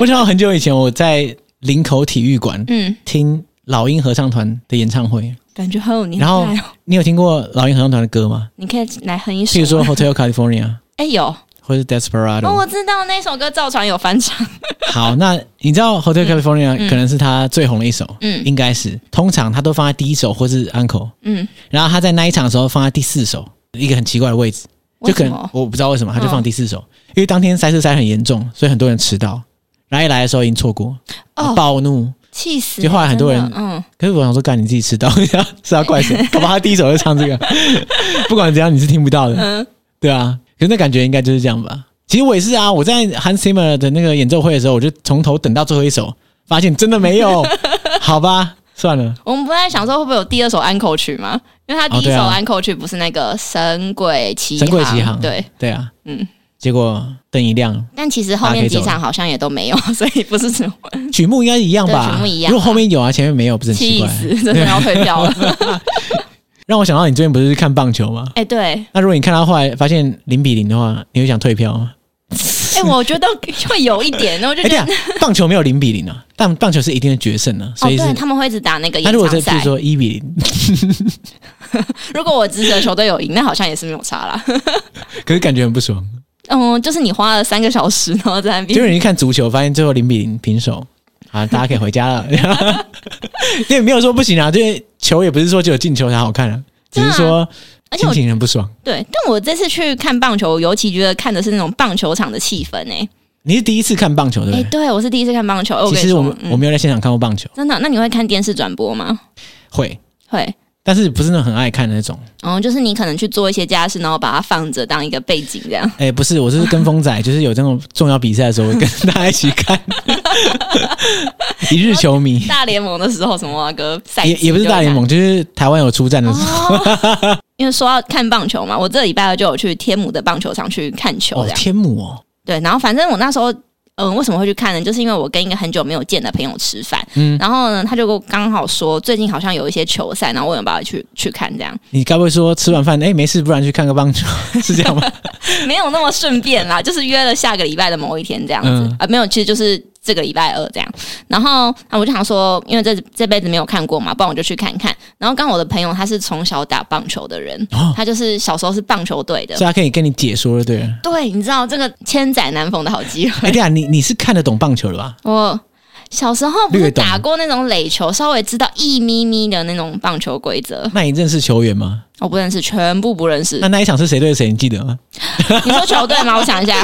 Speaker 1: 我想到很久以前我在林口体育馆
Speaker 2: 嗯，
Speaker 1: 听老鹰合唱团的演唱会，
Speaker 2: 感觉很有年代
Speaker 1: 然后
Speaker 2: 哦。
Speaker 1: 你有听过老鹰合唱团的歌吗？
Speaker 2: 你可以来哼一首
Speaker 1: 譬如
Speaker 2: 吗，
Speaker 1: 说 Hotel California
Speaker 2: 哎、有哦，
Speaker 1: 或是 Desperado。
Speaker 2: 我知道那首歌赵传有翻唱，
Speaker 1: 好，那你知道 Hotel California、
Speaker 2: 嗯
Speaker 1: 可能是他最红的一首，
Speaker 2: 嗯
Speaker 1: 应该是通常他都放在第一首或是 Uncle，
Speaker 2: 嗯，
Speaker 1: 然后他在那一场的时候放在第四首，一个很奇怪的位置，就可
Speaker 2: 为什
Speaker 1: 能
Speaker 2: 么
Speaker 1: 我不知道为什么他就
Speaker 2: 嗯
Speaker 1: 放第四首，因为当天塞车塞很严重，所以很多人迟到，然后一来的时候已经错过，
Speaker 2: 哦
Speaker 1: 暴怒。
Speaker 2: 气死了！
Speaker 1: 就后来很多人
Speaker 2: 真的嗯，
Speaker 1: 可是我想说，干你自己迟到， 是要怪谁？搞不好他第一首就唱这个， 不管怎样你是听不到的，
Speaker 2: 嗯
Speaker 1: 对啊。可是那感觉应该就是这样吧。其实我也是啊，我在 Hans Zimmer 的那个演奏会的时候，我就从头等到最后一首，发现真的没 有，好吧，算了。
Speaker 2: 我们不是在想说会不会有第二首安口曲吗？因为他第一
Speaker 1: 哦对
Speaker 2: 首
Speaker 1: 啊
Speaker 2: 安口曲不是那个《神鬼奇
Speaker 1: 神鬼奇航
Speaker 2: 对，
Speaker 1: 对啊，
Speaker 2: 嗯。
Speaker 1: 结果灯一亮，
Speaker 2: 但其实后面几场好像也都没有， 所以不是只有
Speaker 1: 曲目应该一样吧？
Speaker 2: 嗯对曲目一样
Speaker 1: 如果后面有啊，前面没有，不是很奇
Speaker 2: 气
Speaker 1: 怪？
Speaker 2: 死， 真的要退票了。
Speaker 1: 让我想到你最近不是去看棒球吗？
Speaker 2: 哎、对，
Speaker 1: 那如果你看到后来发现零比零的话，你会想退票吗？
Speaker 2: 哎、我觉得会有一点， 然后就
Speaker 1: 哎、
Speaker 2: 觉
Speaker 1: 对
Speaker 2: 得
Speaker 1: 啊，棒球没有零比零啊，但棒球是一定的决胜啊， 所以
Speaker 2: 哦，
Speaker 1: 是。
Speaker 2: 对他们会一直打那个
Speaker 1: 那
Speaker 2: 延
Speaker 1: 如果
Speaker 2: 长
Speaker 1: 是比如
Speaker 2: 赛。
Speaker 1: 说一比零，
Speaker 2: 如果我支持的球队有赢，那好像也是没有差啦。
Speaker 1: 可是感觉很不爽。
Speaker 2: 嗯，就是你花了三个小时，然后在那
Speaker 1: 就
Speaker 2: 边
Speaker 1: 是你看足球，发现最后零比零平手，啊，大家可以回家了。 因为没有说不行啊，就是球也不是说只有进球才好看啊，只是说
Speaker 2: 而且
Speaker 1: 心
Speaker 2: 我
Speaker 1: 情很不爽。
Speaker 2: 对，但我这次去看棒球，尤其觉得看的是那种棒球场的气氛诶、
Speaker 1: 你是第一次看棒球对
Speaker 2: 哎、
Speaker 1: 不对？
Speaker 2: 对我是第一次看棒球，哎我
Speaker 1: 其
Speaker 2: 跟你
Speaker 1: 实
Speaker 2: 说，
Speaker 1: 我们
Speaker 2: 嗯
Speaker 1: 我没有在现场看过棒球，
Speaker 2: 真的，那你会看电视转播吗？
Speaker 1: 会，
Speaker 2: 会，
Speaker 1: 但是不是那种很爱看的那种。
Speaker 2: 然、后就是你可能去做一些家事，然后把它放着当一个背景这样。
Speaker 1: 哎、不是，我是跟风 仔，就是有这种重要比赛的时候，我跟大家一起 看，一日球迷。
Speaker 2: 大联盟的时候，什么啊哥赛季
Speaker 1: 也也不是大联盟，就是台湾有出战的时候，
Speaker 2: 哦。 因为说要看棒球嘛，我这礼拜二就有去天母的棒球场去看球，
Speaker 1: 哦
Speaker 2: 这样、
Speaker 1: 天母哦，
Speaker 2: 对。然后反正我那时候，嗯，为什么会去看呢？就是因为我跟一个很久没有见的朋友吃饭，
Speaker 1: 嗯
Speaker 2: 然后呢，他就跟我刚好说最近好像有一些球赛，然后我有不要去去看，这样
Speaker 1: 你该不会说吃完饭哎、没事，不然去看个棒 球是这样吗？
Speaker 2: 没有那么顺便啦，就是约了下个礼拜的某一天这样子啊、
Speaker 1: 嗯
Speaker 2: 没有，其实就是这个礼拜二这样。然后啊，我就想说，因为这这辈子没有看过嘛，不然我就去看看。然后刚好我的朋友他是从小打棒球的人，
Speaker 1: 哦
Speaker 2: 他就是小时候是棒球队的
Speaker 1: 所以。他可以跟你解说了，对了。
Speaker 2: 对，你知道这个千载难逢的好机
Speaker 1: 哎、
Speaker 2: 会。
Speaker 1: 对啊，你你是看得懂棒球的吧？
Speaker 2: 我小时候不
Speaker 1: 略
Speaker 2: 是
Speaker 1: 懂
Speaker 2: 打过那种垒球，稍微知道一咪咪的那种棒球规则，
Speaker 1: 那你认识球员吗？
Speaker 2: 我不认识，全部不认识
Speaker 1: 那。那一场是谁对谁？你记得吗？
Speaker 2: 嗯你说球队吗？我想 一下，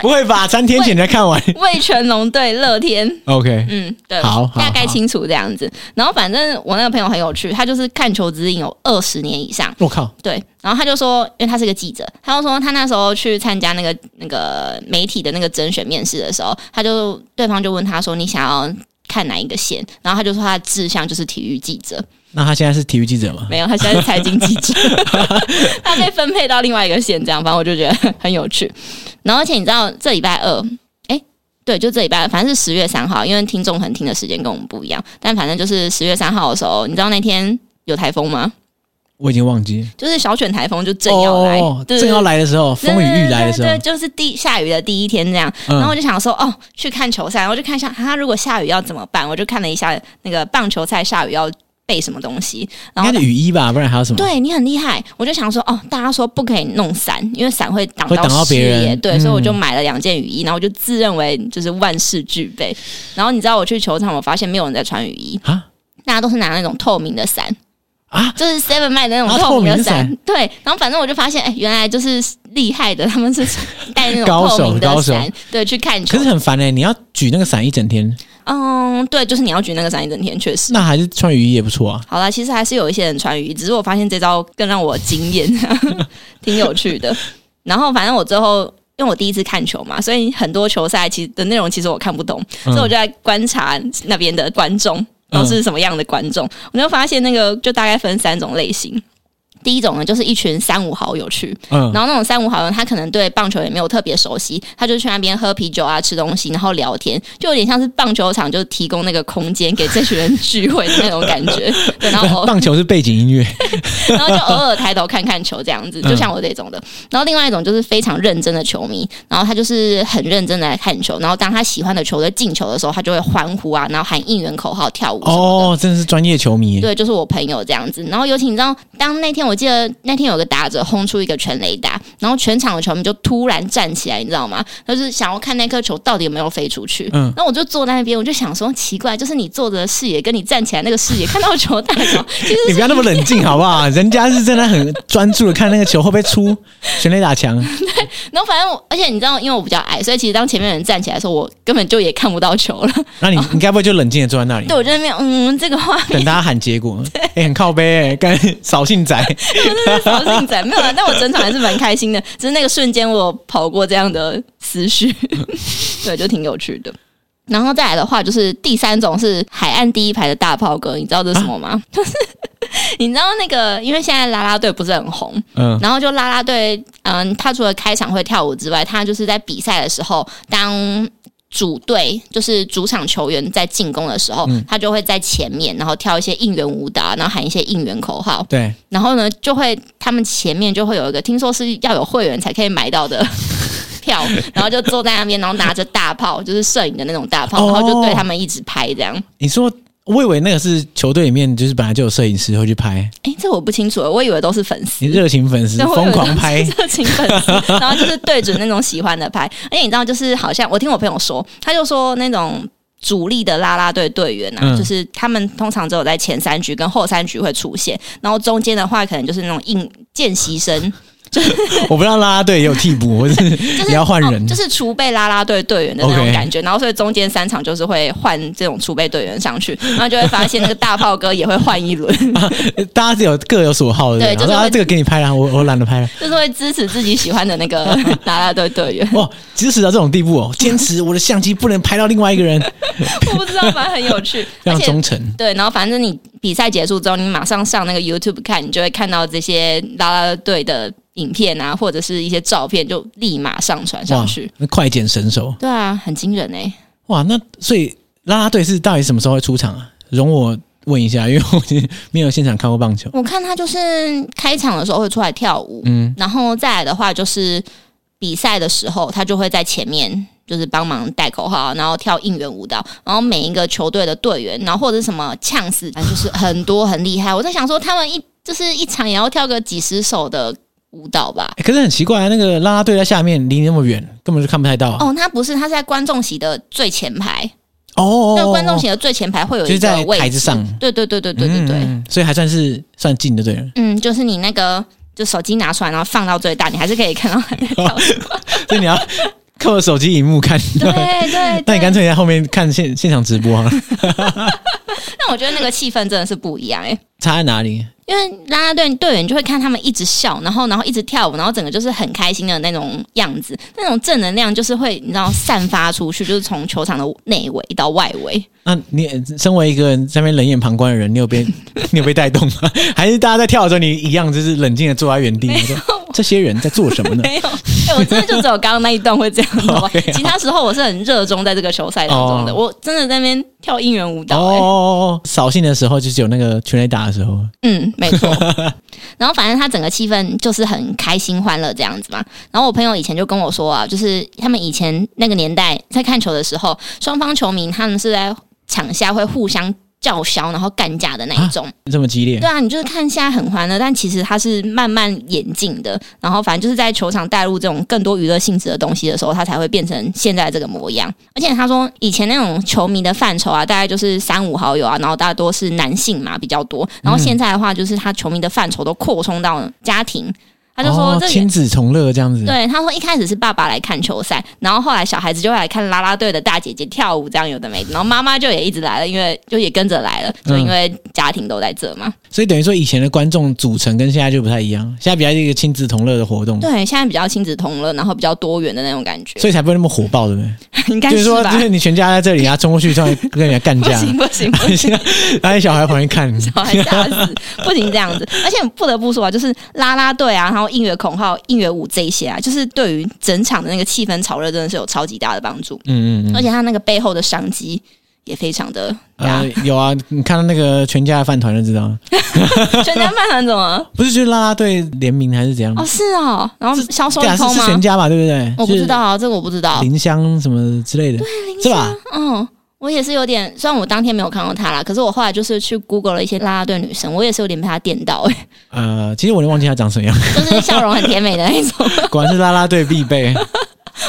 Speaker 1: 不会吧？三天前才看完。
Speaker 2: 魏全龙队乐天。
Speaker 1: OK，
Speaker 2: 嗯，对，
Speaker 1: 好好
Speaker 2: 大概清楚这样子。然后反正我那个朋友很有趣，他就是看球指引有二十年以上，
Speaker 1: 我靠，
Speaker 2: 对。然后他就说，因为他是个记者，他就说他那时候去参加那个那个媒体的那个甄选面试的时候，他就对方就问他说你想要看哪一个线，然后他就说他的志向就是体育记者，
Speaker 1: 那他现在是体育记者吗？
Speaker 2: 没有，他现在是财经记 者，他被分配到另外一个县，这样，反正我就觉得很有趣。然后，而且你知道，这礼拜二，诶，对，就这礼拜二，反正是十月三号，因为听众可能听的时间跟我们不一样，但反正就是十月三号的时候，你知道那天有台风吗？
Speaker 1: 我已经忘记了。
Speaker 2: 就是小犬台风就正要来，
Speaker 1: 哦
Speaker 2: 对
Speaker 1: 正要。来的时候，风雨欲来的时候
Speaker 2: 对，对，对就是第下雨的第一天这样。
Speaker 1: 嗯
Speaker 2: 然后我就想说，哦，去看球赛，我就看一下，啊，如果下雨要怎么办？我就看了一下那个棒球赛下雨要备什么东西。然后
Speaker 1: 应该是雨衣吧，不然还有什么？
Speaker 2: 对你很厉害，我就想说，哦，大家说不可以弄伞，因为伞会挡
Speaker 1: 会挡到
Speaker 2: 视
Speaker 1: 别人
Speaker 2: 野。对，所以
Speaker 1: 嗯
Speaker 2: 我就买了两件雨衣，然后我就自认为就是万事俱备。然后你知道我去球场，我发现没有人在穿雨衣，
Speaker 1: 啊
Speaker 2: 大家都是拿那种透明的伞，
Speaker 1: 啊！
Speaker 2: 就是 Seven 卖的那
Speaker 1: 啊
Speaker 2: 种透明
Speaker 1: 透明
Speaker 2: 的
Speaker 1: 伞
Speaker 2: 伞。对，然后反正我就发现，哎，原来就是厉害的，他们是 带那
Speaker 1: 高
Speaker 2: 种
Speaker 1: 手
Speaker 2: 透明
Speaker 1: 高
Speaker 2: 的
Speaker 1: 手
Speaker 2: 伞，对，去看球
Speaker 1: 可。是很烦哎、你要举那个伞一整天，
Speaker 2: 嗯，对，就是你要举那个伞一整天，确实。
Speaker 1: 那还是穿雨衣也不错啊。
Speaker 2: 好啦，其实还是有一些人穿雨衣，只是我发现这招更让我惊艳，挺有趣的。然后反正我最后。因为我第一次看球嘛，所以很多球赛其实的内容其实我看不懂，
Speaker 1: 嗯
Speaker 2: 所以我就在观察那边的观众都是什么样的观众，我就发现那个就大概分三种类型。第一种呢，就是一群三五好友去，
Speaker 1: 嗯，
Speaker 2: 然后那种三五好友，他可能对棒球也没有特别熟悉，他就去那边喝啤酒啊、吃东西，然后聊天，就有点像是棒球场就提供那个空间给这群人聚会的那种感觉。对，然后 偶
Speaker 1: 棒球是背景音 乐，
Speaker 2: 然后就偶尔抬头看看球这样子，
Speaker 1: 嗯
Speaker 2: 就像我这种的。然后另外一种就是非常认真的球迷，然后他就是很认真的来看球，然后当他喜欢的球队进球的时候，他就会欢呼啊，然后喊应援口号、跳舞什么的。
Speaker 1: 哦，真的是专业球迷耶。
Speaker 2: 对，就是我朋友这样子。然后尤其你知道，当那天我记得那天有个打者轰出一个全垒打，然后全场的球迷就突然站起来，你知道吗？就是想要看那颗球到底有没有飞出去。
Speaker 1: 嗯
Speaker 2: 嗯，那我就坐在那边，我就想说奇怪，就是你坐着的视野跟你站起来那个视野看到球 大小，其实
Speaker 1: 你不要那么冷静好不 好？人家是真的很专注的看那个球会不会出全垒打墙，
Speaker 2: 然后反正我，而且你知道，因为我比较矮，所以其实当前面的人站起来的时候，我根本就也看不到球了。
Speaker 1: 那你你该不会就冷静的坐在那里
Speaker 2: 哦对，我就在那边，嗯，这个画面
Speaker 1: 等大家喊结 果？哎，很靠背哎，干扫兴仔。嗯
Speaker 2: 真是扫兴仔，没有啦。但我整场还是蛮开心的，只是那个瞬间我跑过这样的思绪，对，就挺有趣的。然后再来的话，就是第三种是海岸第一排的大炮哥，你知道这是什么吗？就是 你知道那个，因为现在啦啦队不是很红，
Speaker 1: 嗯，
Speaker 2: 然后就啦啦队，嗯，他除了开场会跳舞之外，他就是在比赛的时候，当主队就是主场球员在进攻的时候，他就会在前面，然后跳一些应援舞蹈，然后喊一些应援口号，
Speaker 1: 对，
Speaker 2: 然后呢，就会他们前面就会有一个，听说是要有会员才可以买到 的。票，然后就坐在那边，然后拿着大炮，就是摄影的那种大炮，然后就对他们一直拍这样。
Speaker 1: 你说。我以为那个是球队里面，就是本来就有摄影师会去拍，
Speaker 2: 诶，这我不清楚，我以为都是粉丝
Speaker 1: 你。热情粉丝
Speaker 2: 对 我有
Speaker 1: 疯狂拍
Speaker 2: 一种热情粉丝， 然后就是对准那种喜欢的拍。而且你知道，就是好像我听我朋友说，他就说那种。主力的啦啦队队员啊，
Speaker 1: 嗯
Speaker 2: 就是他们通常只有在前三局跟后三局会出现，然后中间的话可能就是那种应见习生，
Speaker 1: 我不知道啦啦队也有替 补，我是
Speaker 2: 就是
Speaker 1: 你要换人
Speaker 2: 哦就是储备啦啦队队员的那
Speaker 1: OK
Speaker 2: 种感觉。然后所以中间三场就是会换这种储备队员上去，然后就会发现那个大炮哥也会换一轮，
Speaker 1: 大家是有各有所好的。
Speaker 2: 对
Speaker 1: 然后
Speaker 2: 就是
Speaker 1: 说
Speaker 2: 会
Speaker 1: 啊，这个给你拍了，我我懒得拍了。
Speaker 2: 就是会支持自己喜欢的那个 啦啦队队员。
Speaker 1: 哇，即哦使到这种地步哦，坚持我的相机不能拍到另外一个 人，
Speaker 2: 我不知道，反正很 有趣，
Speaker 1: 非
Speaker 2: 而
Speaker 1: 常
Speaker 2: 且
Speaker 1: 忠诚。
Speaker 2: 对，然后反正你比赛结束之后，你马上上那个 YouTube 看，你就会看到这些啦啦队的影片啊，或者是一些照片，就立马上传上
Speaker 1: 哇
Speaker 2: 去。，
Speaker 1: 那快剪神手
Speaker 2: 对啊，很惊人哎、
Speaker 1: 哇！那所以啦啦队是到底什么时候会出场啊？容我问一下，因 为我已经没有现场看过棒球。
Speaker 2: 我看他就是开场的时候会出来跳舞，
Speaker 1: 嗯，
Speaker 2: 然后再来的话就是。比赛的时候，他就会在前面就是帮忙带口号，然后跳应援舞蹈，然后每一个球队的队员，然后或者是什么呛死，反正就是很多很厉害。我在想说，他们一就是一场也要跳个几十首的舞蹈吧？
Speaker 1: 欸可是很奇怪啊，那个啦啦队在下面离你那么远，根本就看不太到啊。
Speaker 2: 哦，他不是，他是在观众席的最前排，
Speaker 1: 哦哦，
Speaker 2: 那
Speaker 1: 哦
Speaker 2: 观众席的最前排会有
Speaker 1: 就
Speaker 2: 一
Speaker 1: 是
Speaker 2: 个
Speaker 1: 在
Speaker 2: 位置
Speaker 1: 台子上
Speaker 2: 对对对对对对对，
Speaker 1: 嗯所以还算是算近的对 了。
Speaker 2: 嗯，就是你那个就手机拿出来，然后放到最大，你还是可以看到他在跳什么。
Speaker 1: 所以你要 靠着手机荧幕看。
Speaker 2: 对对
Speaker 1: 那
Speaker 2: 对，
Speaker 1: 你干脆在后面看现现场直播 好了，
Speaker 2: 那我觉得那个气氛真的是不一样哎、
Speaker 1: 差在哪里？
Speaker 2: 因为啦啦队队员就会看他们一直笑，然后然后一直跳舞，然后整个就是很开心的那种样子，那种正能量就是会你知道散发出去，就是从球场的内围到外围。
Speaker 1: 那啊你呃身为一个在那边冷眼旁观的人，你有被 你有被带动吗？ 还是大家在跳的时候，你一样就是冷静的坐在 原地？你说这些人在做什么呢？
Speaker 2: 没有，哎、我真的就只有刚刚那一段会这样 子，好吧
Speaker 1: OK，好
Speaker 2: 其他时候我是很热衷在这个球赛当中的，
Speaker 1: 哦
Speaker 2: 我真的在那边跳应援舞
Speaker 1: 哦
Speaker 2: 蹈、
Speaker 1: 哦
Speaker 2: 哎
Speaker 1: 哦，哦扫兴的时候就只有那个全垒打的时候，
Speaker 2: 嗯，没错。 然后反正他整个气氛就是很开心欢乐这样子嘛。然后我朋友以前就跟我说啊，就是他们以前那个年代在看球的时候，双方球迷他们是在场下会互相。叫嚣，然后干架的那一种，
Speaker 1: 这么激烈
Speaker 2: 对。啊，你就是看现在很欢乐，但其实它是慢慢演进的。然后反正就是在球场带入这种更多娱乐性质的东西的时候，它才会变成现在这个模样。而且他说，以前那种球迷的范畴啊，大概就是三五好友啊，然后大多是男性嘛比较多。然后
Speaker 1: 嗯
Speaker 2: 现在的话，就是他球迷的范畴都扩充到家庭。他就说
Speaker 1: 哦
Speaker 2: 这
Speaker 1: 亲
Speaker 2: 个。
Speaker 1: 子同乐这样子，
Speaker 2: 对，他说一开始是爸爸来看球赛，然后后来小孩子就会来看啦啦队的大姐姐跳舞，这样有的没的，然后妈妈就也一直来了，因为就也跟着来了，
Speaker 1: 嗯
Speaker 2: 就因为家庭都在这嘛。
Speaker 1: 所以等于说以前的观众组成跟现在就不太一样，现在比较一个亲子同乐的活动，
Speaker 2: 对，现在比较亲子同乐，然后比较多元的那种感觉，
Speaker 1: 所以才不会那么火爆，对不对？
Speaker 2: 应该
Speaker 1: 就是说，
Speaker 2: 吧
Speaker 1: 就？是你全家在这 里啊，冲过去，突然跟人家干
Speaker 2: 不
Speaker 1: 架，
Speaker 2: 行不行不 行，
Speaker 1: 然后小孩在旁边看，
Speaker 2: 小孩吓死，不行这样子。而且不得不说啊，就是啦啦队啊，然后音乐口号、音乐舞这一些啊，就是对于整场的那个气氛炒热，真的是有超级大的帮助。
Speaker 1: 嗯 嗯嗯
Speaker 2: 而，且他那个背后的商机也非常的大
Speaker 1: 呃。，有啊，你看到那个全家的饭团就知道，
Speaker 2: 全家饭团怎么？
Speaker 1: 不是就是啦啦队联名还是怎样？
Speaker 2: 哦，是哦，然后销售
Speaker 1: 对啊，
Speaker 2: 一
Speaker 1: 是
Speaker 2: 空
Speaker 1: 是全
Speaker 2: 吗？
Speaker 1: 家吧，对不对？
Speaker 2: 我不知道啊，这个我不知道
Speaker 1: 就是。林香什么之类的，是吧？
Speaker 2: 嗯，我也是有点，虽然我当天没有看到她啦，可是我后来就是去 Google 了一些啦啦队女生，我也是有点被她电到、欸，
Speaker 1: 呃，其实我都忘记他长什么样，
Speaker 2: 就是笑容很甜美的那一种。
Speaker 1: 果然是啦啦队必 备。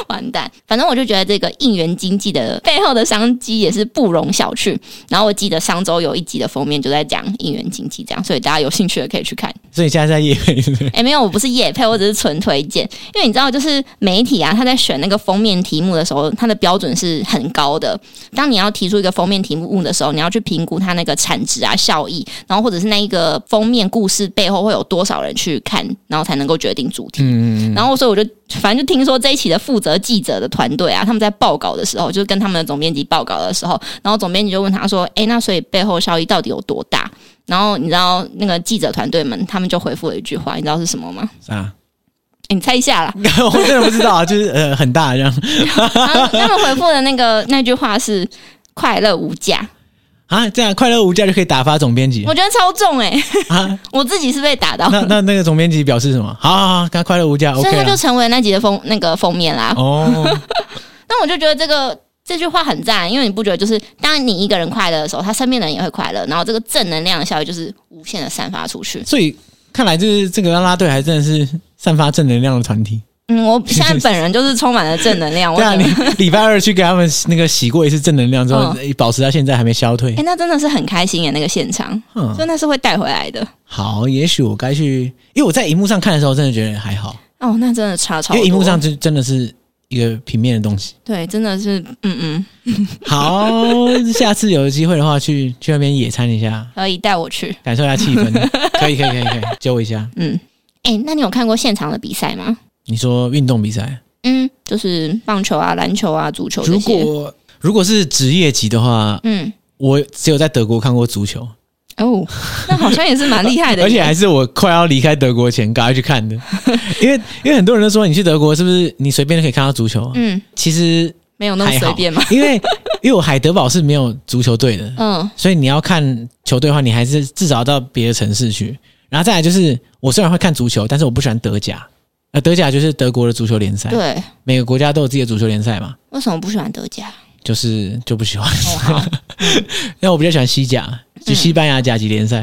Speaker 2: 完蛋，反正我就觉得这个应援经济的背后的商机也是不容小觑。然后我记得上周有一集的封面就在讲应援经济，这样，所以大家有兴趣的可以去看。
Speaker 1: 所以现在在夜配，对不对？
Speaker 2: 哎、没有，我不是夜配，我只是纯推荐。因为你知道，就是媒体啊，他在选那个封面题目的时候，它的标准是很高的。当你要提出一个封面题目的时候，你要去评估它那个产值啊、效益，然后或者是那一个封面故事背后会有多少人去看，然后才能够决定主题。
Speaker 1: 嗯，
Speaker 2: 然后所以我就反正就听说这一期的负责记者的团队啊，他们在报告的时候，就是跟他们的总编辑报告的时候，然后总编辑就问他说：“诶，那所以背后效益到底有多大？”然后你知道那个记者团队们他们就回复了一句话，你知道是什么吗？
Speaker 1: 啊，。
Speaker 2: 诶，你猜一下啦
Speaker 1: 我真的不知道啊，就是呃很大这样
Speaker 2: 然后他们回复的那个那句话是“快乐无价
Speaker 1: 啊，这样快乐无价就可以打发总编”，辑
Speaker 2: 我觉得超重诶，
Speaker 1: 啊。
Speaker 2: 我自己是被打到，
Speaker 1: 那那那个总编辑表示什么？好好好，他快乐无价
Speaker 2: 所以
Speaker 1: ，OK
Speaker 2: 他就
Speaker 1: 了。
Speaker 2: 成为那集的封那个封面啦。
Speaker 1: 哦，
Speaker 2: 但我就觉得这个这句话很赞，因为你不觉得就是当你一个人快乐的时候，他身边的人也会快乐，然后这个正能量的效益就是无限的散发出去。
Speaker 1: 所以看来就是这个啦啦队还真的是散发正能量的团体。
Speaker 2: 嗯，我现在本人就是充满了正 能量，我
Speaker 1: 对啊，
Speaker 2: 整
Speaker 1: 你
Speaker 2: 个
Speaker 1: 礼拜二去给他们那个洗过一次正能量之后，哎保持到现在还没消退
Speaker 2: 哎、。那真的是很开心耶，那个现场，
Speaker 1: 嗯
Speaker 2: 真的是会带回来的。
Speaker 1: 好，也许我该去，因为我在荧幕上看的时候，真的觉得还好，
Speaker 2: 哦，那真的差超
Speaker 1: 因
Speaker 2: 多。
Speaker 1: 为荧幕上就真的是一个平面的东西。
Speaker 2: 对，真的是，嗯嗯，
Speaker 1: 好，下次有机会的话，去去那边野餐一下，
Speaker 2: 可以带我去。
Speaker 1: 感受一下气 氛。可以，可以，可以，可以，揪一下。
Speaker 2: 嗯，哎、那你有看过现场的比赛吗？
Speaker 1: 你说运动比赛，
Speaker 2: 嗯，就是棒球啊、篮球啊、足球这
Speaker 1: 如
Speaker 2: 些。
Speaker 1: 果如果是职业级的话，
Speaker 2: 嗯，
Speaker 1: 我只有在德国看过足球，
Speaker 2: 哦，那好像也是蛮厉 害的，
Speaker 1: 而且还是我快要离开德国前赶快去看 的，因为因为很多人都说你去德国是不是你随便就可以看到足球？
Speaker 2: 嗯，
Speaker 1: 其实
Speaker 2: 没有那么
Speaker 1: 还好，
Speaker 2: 随便嘛。
Speaker 1: 因为因为我海德堡是没有足球队的，
Speaker 2: 嗯，
Speaker 1: 所以你要看球队的话，你还是至少要到别的城市去。然后再来就是，我虽然会看足球，但是我不喜欢德甲，呃，德甲就是德国的足球联赛，
Speaker 2: 对，
Speaker 1: 每个国家都有自己的足球联赛嘛，
Speaker 2: 为什么不喜欢德甲？
Speaker 1: 就是就不喜欢。
Speaker 2: 哦， 好，嗯
Speaker 1: 因为我比较喜欢西甲，就西班牙甲级联赛，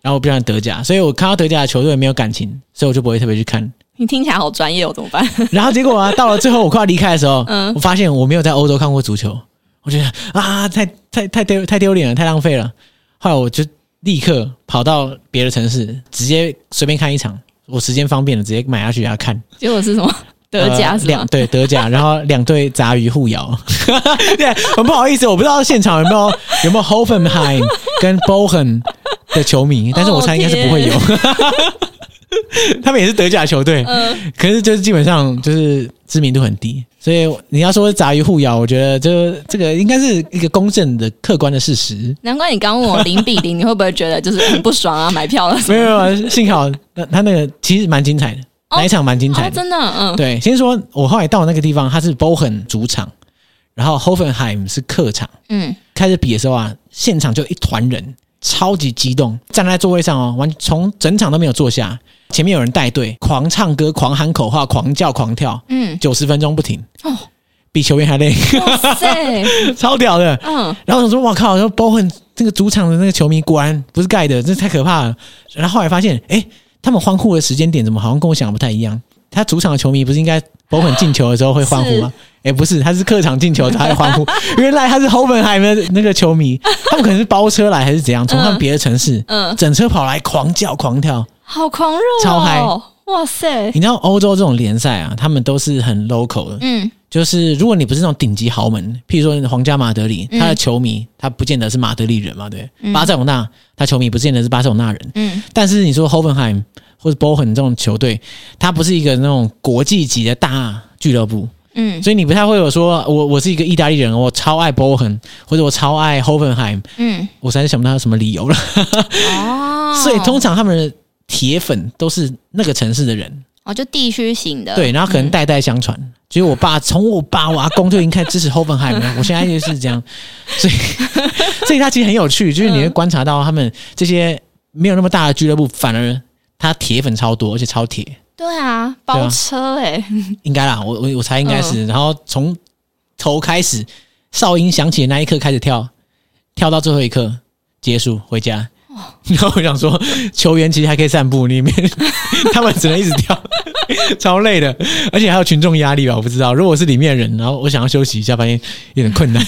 Speaker 1: 然后我比较喜欢德甲，所以我看到德甲的球队没有感情，所以我就不会特别去看。
Speaker 2: 你听起来好专业哦，怎么 办？
Speaker 1: 然后结果啊，到了最后我快要离开的时候，
Speaker 2: 嗯
Speaker 1: 我发现我没有在欧洲看过足球，我觉得啊，太太太丢太丢脸了，太浪费了。后来我就立刻跑到别的城市，直接随便看一场，我时间方便了，直接买下去给他看。
Speaker 2: 结果是什么？德甲
Speaker 1: 呃
Speaker 2: 是
Speaker 1: 两
Speaker 2: 吗？
Speaker 1: 对德甲，然后两队杂鱼互咬， 对，很不好意思，我不知道现场有没有有没有 Hoffenheim 跟 Bochen 的球迷，但是我猜应该是不会有，
Speaker 2: 哦
Speaker 1: 他们也是德甲球队，
Speaker 2: 嗯
Speaker 1: 可是就是基本上就是知名度很低，所以你要说杂鱼互咬，我觉得这这个应该是一个公正的客观的事实。
Speaker 2: 难怪你刚问我零比零，你会不会觉得就是很不爽啊？买票了什么
Speaker 1: 没有没有，幸好那他那个其实蛮精彩的，
Speaker 2: 哦
Speaker 1: 哪一场蛮精彩的。
Speaker 2: 哦，真的，嗯，
Speaker 1: 对，先说我后来到那个地方，它是 Bochen 主场，然后 Hoffenheim 是客场。
Speaker 2: 嗯，
Speaker 1: 开始比的时候啊，现场就一团人，超级激动，站在座位上哦，完从整场都没有坐下。前面有人带队，狂唱歌、狂喊口号、狂叫、狂跳，
Speaker 2: 嗯，
Speaker 1: 九十分钟不停，
Speaker 2: 哦，
Speaker 1: 比球员还 累，
Speaker 2: 哇塞，
Speaker 1: 超屌的。
Speaker 2: 嗯，
Speaker 1: 然后我说：“我靠！”说 Bowen 这个主场的那个球迷果然不是盖的，这太可怕了。然后后来发现，哎，他们欢呼的时间点怎么好像跟我想的不太一样？他主场的球迷不是应该 Bowen 进球的时候会欢呼吗？哎，不是，他是客场进球才会欢 呼。原来他是 Hoffenheim 的那个球迷，他们可能是包车来还是怎样，从他们别的城市，
Speaker 2: 嗯
Speaker 1: 整车跑来狂叫狂跳。
Speaker 2: 好狂热、哦，
Speaker 1: 超嗨
Speaker 2: 哇塞，
Speaker 1: 你知道欧洲这种联赛啊，他们都是很 local 的，
Speaker 2: 嗯，
Speaker 1: 就是如果你不是那种顶级豪门，譬如说皇家马德里，
Speaker 2: 嗯
Speaker 1: 他的球迷、他不见得是马德里人嘛，对不对，巴塞罗那他球迷不见得是巴塞罗那人，
Speaker 2: 嗯，
Speaker 1: 但是你说 Hoffenheim 或者 Bochen 这种球队，他不是一个那种国际级的大俱乐部，
Speaker 2: 嗯，
Speaker 1: 所以你不太会有说我我是一个意大利人，我超爱 Bochen 或者我超爱 Hoffenheim，
Speaker 2: 嗯，
Speaker 1: 我实在是想不到有什么理由了。
Speaker 2: 哦，
Speaker 1: 所以通常他们的铁粉都是那个城市的人，
Speaker 2: 哦就地区型的，
Speaker 1: 对，然后可能代代相传。就是我爸从我爸我阿公就已经开始支持 Hoffenheim 了，我现在就是这样， 所以所以他其实很有趣，就是你会观察到他们这些没有那么大的俱乐部，反而他铁粉超多，而且超铁，
Speaker 2: 对啊，包车哎、
Speaker 1: 啊应该啦，我我我猜应该是。然后从头开始，哨音响起的那一刻开始跳，跳到最后一刻结束回家。然后我想说，球员其实还可以散步，里面 他们只能一直跳， 超累的，而且还有群众压力吧，我不知道。如果我是里面人，然后我想要休息一下，发现有点困难，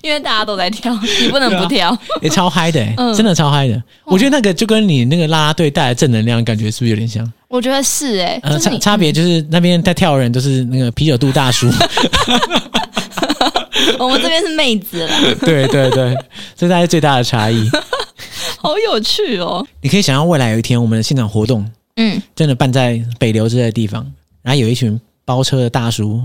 Speaker 2: 因为大家都在跳，你不能不跳，
Speaker 1: 也、超嗨的、欸
Speaker 2: 嗯
Speaker 1: 真的超嗨的。我觉得那个就跟你那个啦啦队带来正能量，感觉是不是有点像？
Speaker 2: 我觉得是哎、
Speaker 1: 呃，
Speaker 2: 就是
Speaker 1: 差
Speaker 2: 你
Speaker 1: 差别就是那边在跳的人都是那个啤酒肚大叔，
Speaker 2: 我们这边是妹子啦，
Speaker 1: 对对对，这大概是最大的差异。
Speaker 2: 好有趣哦，
Speaker 1: 你可以想象未来有一天，我们的现场活动
Speaker 2: 嗯，
Speaker 1: 真的办在北流之类的地方，然后有一群包车的大叔，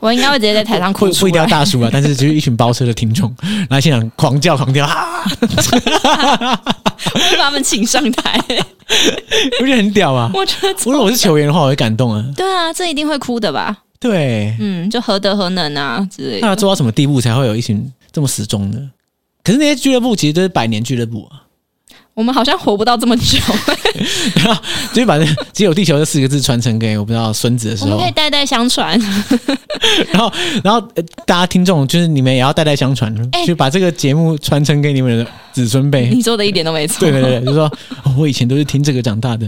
Speaker 2: 我应该会直接在台上
Speaker 1: 不
Speaker 2: 哭出
Speaker 1: 不一定要
Speaker 2: 来，
Speaker 1: 大叔啊， 但是就是一群包车的听众，然后现场狂叫狂叫，啊，
Speaker 2: 我会把他们请上 台、
Speaker 1: 有点很屌啊！
Speaker 2: 我觉得。
Speaker 1: 如果我是球员的话，我会感动啊。
Speaker 2: 对啊，这一定会哭的吧？
Speaker 1: 对，
Speaker 2: 嗯，就何德何能啊之类
Speaker 1: 那
Speaker 2: 的。
Speaker 1: 要做到什么地步才会有一群这么死忠的？可是那些俱乐部其实都是百年俱乐部啊，
Speaker 2: 我们好像活不到这么久，
Speaker 1: 就是把“只有地球”这 四个字传承给我不知道孙子的时
Speaker 2: 我们
Speaker 1: 候
Speaker 2: 可以，代代相传。
Speaker 1: 哦然后，然后、呃大家听众就是你们也要代代相传，
Speaker 2: 哎嗯
Speaker 1: 就把这个节目传承给你们的子孙辈。
Speaker 2: 你说的一点都没错。
Speaker 1: 对对对，就说、哦我以前都是听这个长大的，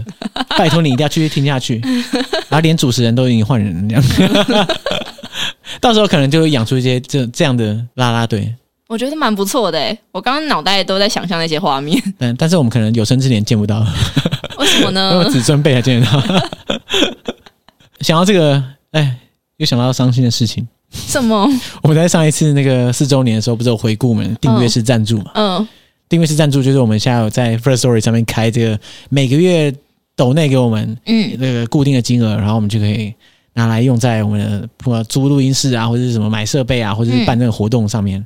Speaker 1: 拜托你一定要继续听下去。然后连主持人都已经换人了，这样， 到时候可能就会养出一些这这样的啦啦队。
Speaker 2: 我觉得蛮不错的、欸，我刚刚脑袋都在想象那些画面，
Speaker 1: 但但是我们可能有生之年见不到，
Speaker 2: 为什
Speaker 1: 因
Speaker 2: 么
Speaker 1: 为
Speaker 2: 呢？
Speaker 1: 子孙辈还见得到。 想到这个，哎，又想到伤心的事情。
Speaker 2: 什么？
Speaker 1: 我们在上一次那个四周年的时候，不是有回顾我们订阅式赞助嘛？
Speaker 2: 嗯，
Speaker 1: 订阅式赞助就是我们现在有在 First Story 上面开这个每个月抖内给我们
Speaker 2: 嗯
Speaker 1: 那个固定的金额，然后我们就可以拿来用在我们的不管租录音室啊，或者是什么买设备啊，或者是办这个活动上面。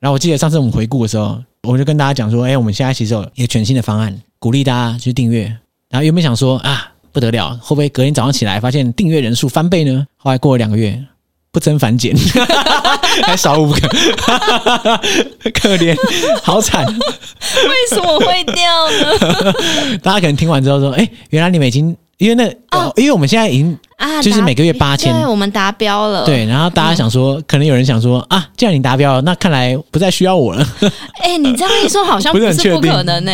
Speaker 1: 然后我记得上次我们回顾的时候，我就跟大家讲说，哎、我们现在其实有一个全新的方案，鼓励大家去订阅。然后原本想说啊，不得了，会不会隔天早上起来发现订阅人数翻倍呢？后来过了两个月，不增反减， 还少五个， 可怜，好惨。
Speaker 2: 为什么会掉呢？
Speaker 1: 大家可能听完之后说，哎、原来你们已经因为那
Speaker 2: 哦
Speaker 1: 因为我们现在已经
Speaker 2: 啊，
Speaker 1: 就是
Speaker 2: 达
Speaker 1: 每个月8000
Speaker 2: 对，我们达标了。，
Speaker 1: 对，然后大家想说，可能有人想说啊，既然你达标了，那看来不再需要我了。
Speaker 2: 哎、你这样一说，好像
Speaker 1: 不是很
Speaker 2: 是
Speaker 1: 确
Speaker 2: 不
Speaker 1: 定
Speaker 2: 可能呢、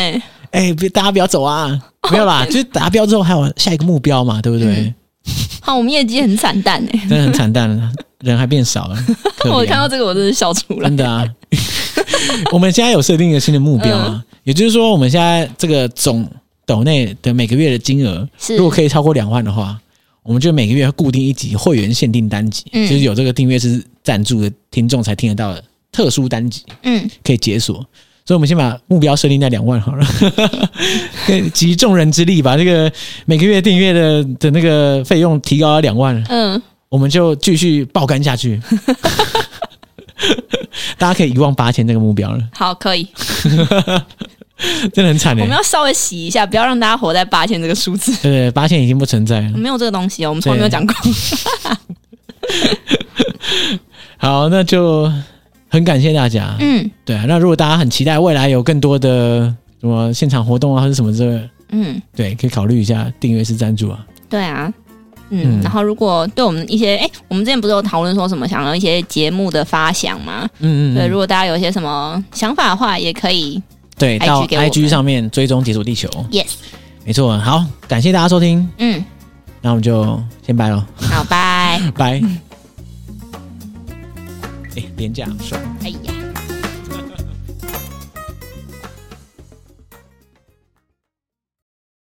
Speaker 1: 哎，别大家不要走啊，
Speaker 2: 哦
Speaker 1: 没有啦，就是达标之后还有下一个目标嘛，对不
Speaker 2: 嗯
Speaker 1: 对？
Speaker 2: 好，我们业绩很惨淡哎、
Speaker 1: 真的很惨淡了，人还变少了。可怜
Speaker 2: 我看到这个，我真的笑出来
Speaker 1: 真。的 啊，我们现在有设定一个新的目标啊，
Speaker 2: 嗯
Speaker 1: 也就是说，我们现在这个总斗内的每个月的金额，
Speaker 2: 是
Speaker 1: 如果可以超过两万的话，我们就每个月固定一集会员限定单集，
Speaker 2: 嗯
Speaker 1: 就是有这个订阅是赞助的听众才听得到的特殊单集，
Speaker 2: 嗯，
Speaker 1: 可以解锁。所以，我们先把目标设定在两万好 了，集众人之力把这个每个月订阅的的那个费用提高到两万。
Speaker 2: 嗯，
Speaker 1: 我们就继续爆肝下 去。大家可以遗忘八千这个目标了，
Speaker 2: 好，可以。
Speaker 1: 真的很惨
Speaker 2: 我
Speaker 1: 哎、
Speaker 2: 们
Speaker 1: 欸。
Speaker 2: 要稍微洗一下，不要让大家活在八千这个数字。
Speaker 1: 对对，八千已经不存在了。
Speaker 2: 没有这个东西哦，我们从来没有讲 过。
Speaker 1: 好，那就很感谢大家。
Speaker 2: 嗯
Speaker 1: 对啊，那如果大家很期待未来有更多的什么现场活动啊，或者什么之类的，
Speaker 2: 嗯，
Speaker 1: 对，可以考虑一下订阅式赞助啊。
Speaker 2: 对啊。嗯，
Speaker 1: 嗯
Speaker 2: 然后如果对我们一些，哎、我们之前不是有讨论说什么想要一些节目的发想吗？
Speaker 1: 嗯嗯
Speaker 2: 对，
Speaker 1: 嗯，
Speaker 2: 如果大家有一些什么想法的话，也可以。
Speaker 1: 对，
Speaker 2: IG
Speaker 1: 到
Speaker 2: 给我们
Speaker 1: IG 上面追踪解锁地球，
Speaker 2: Yes，
Speaker 1: 没错。好，感谢大家收听，
Speaker 2: 嗯，
Speaker 1: 那我们就先拜喽，
Speaker 2: 好，拜。
Speaker 1: 拜。哎、廉价爽。
Speaker 2: 哎呀。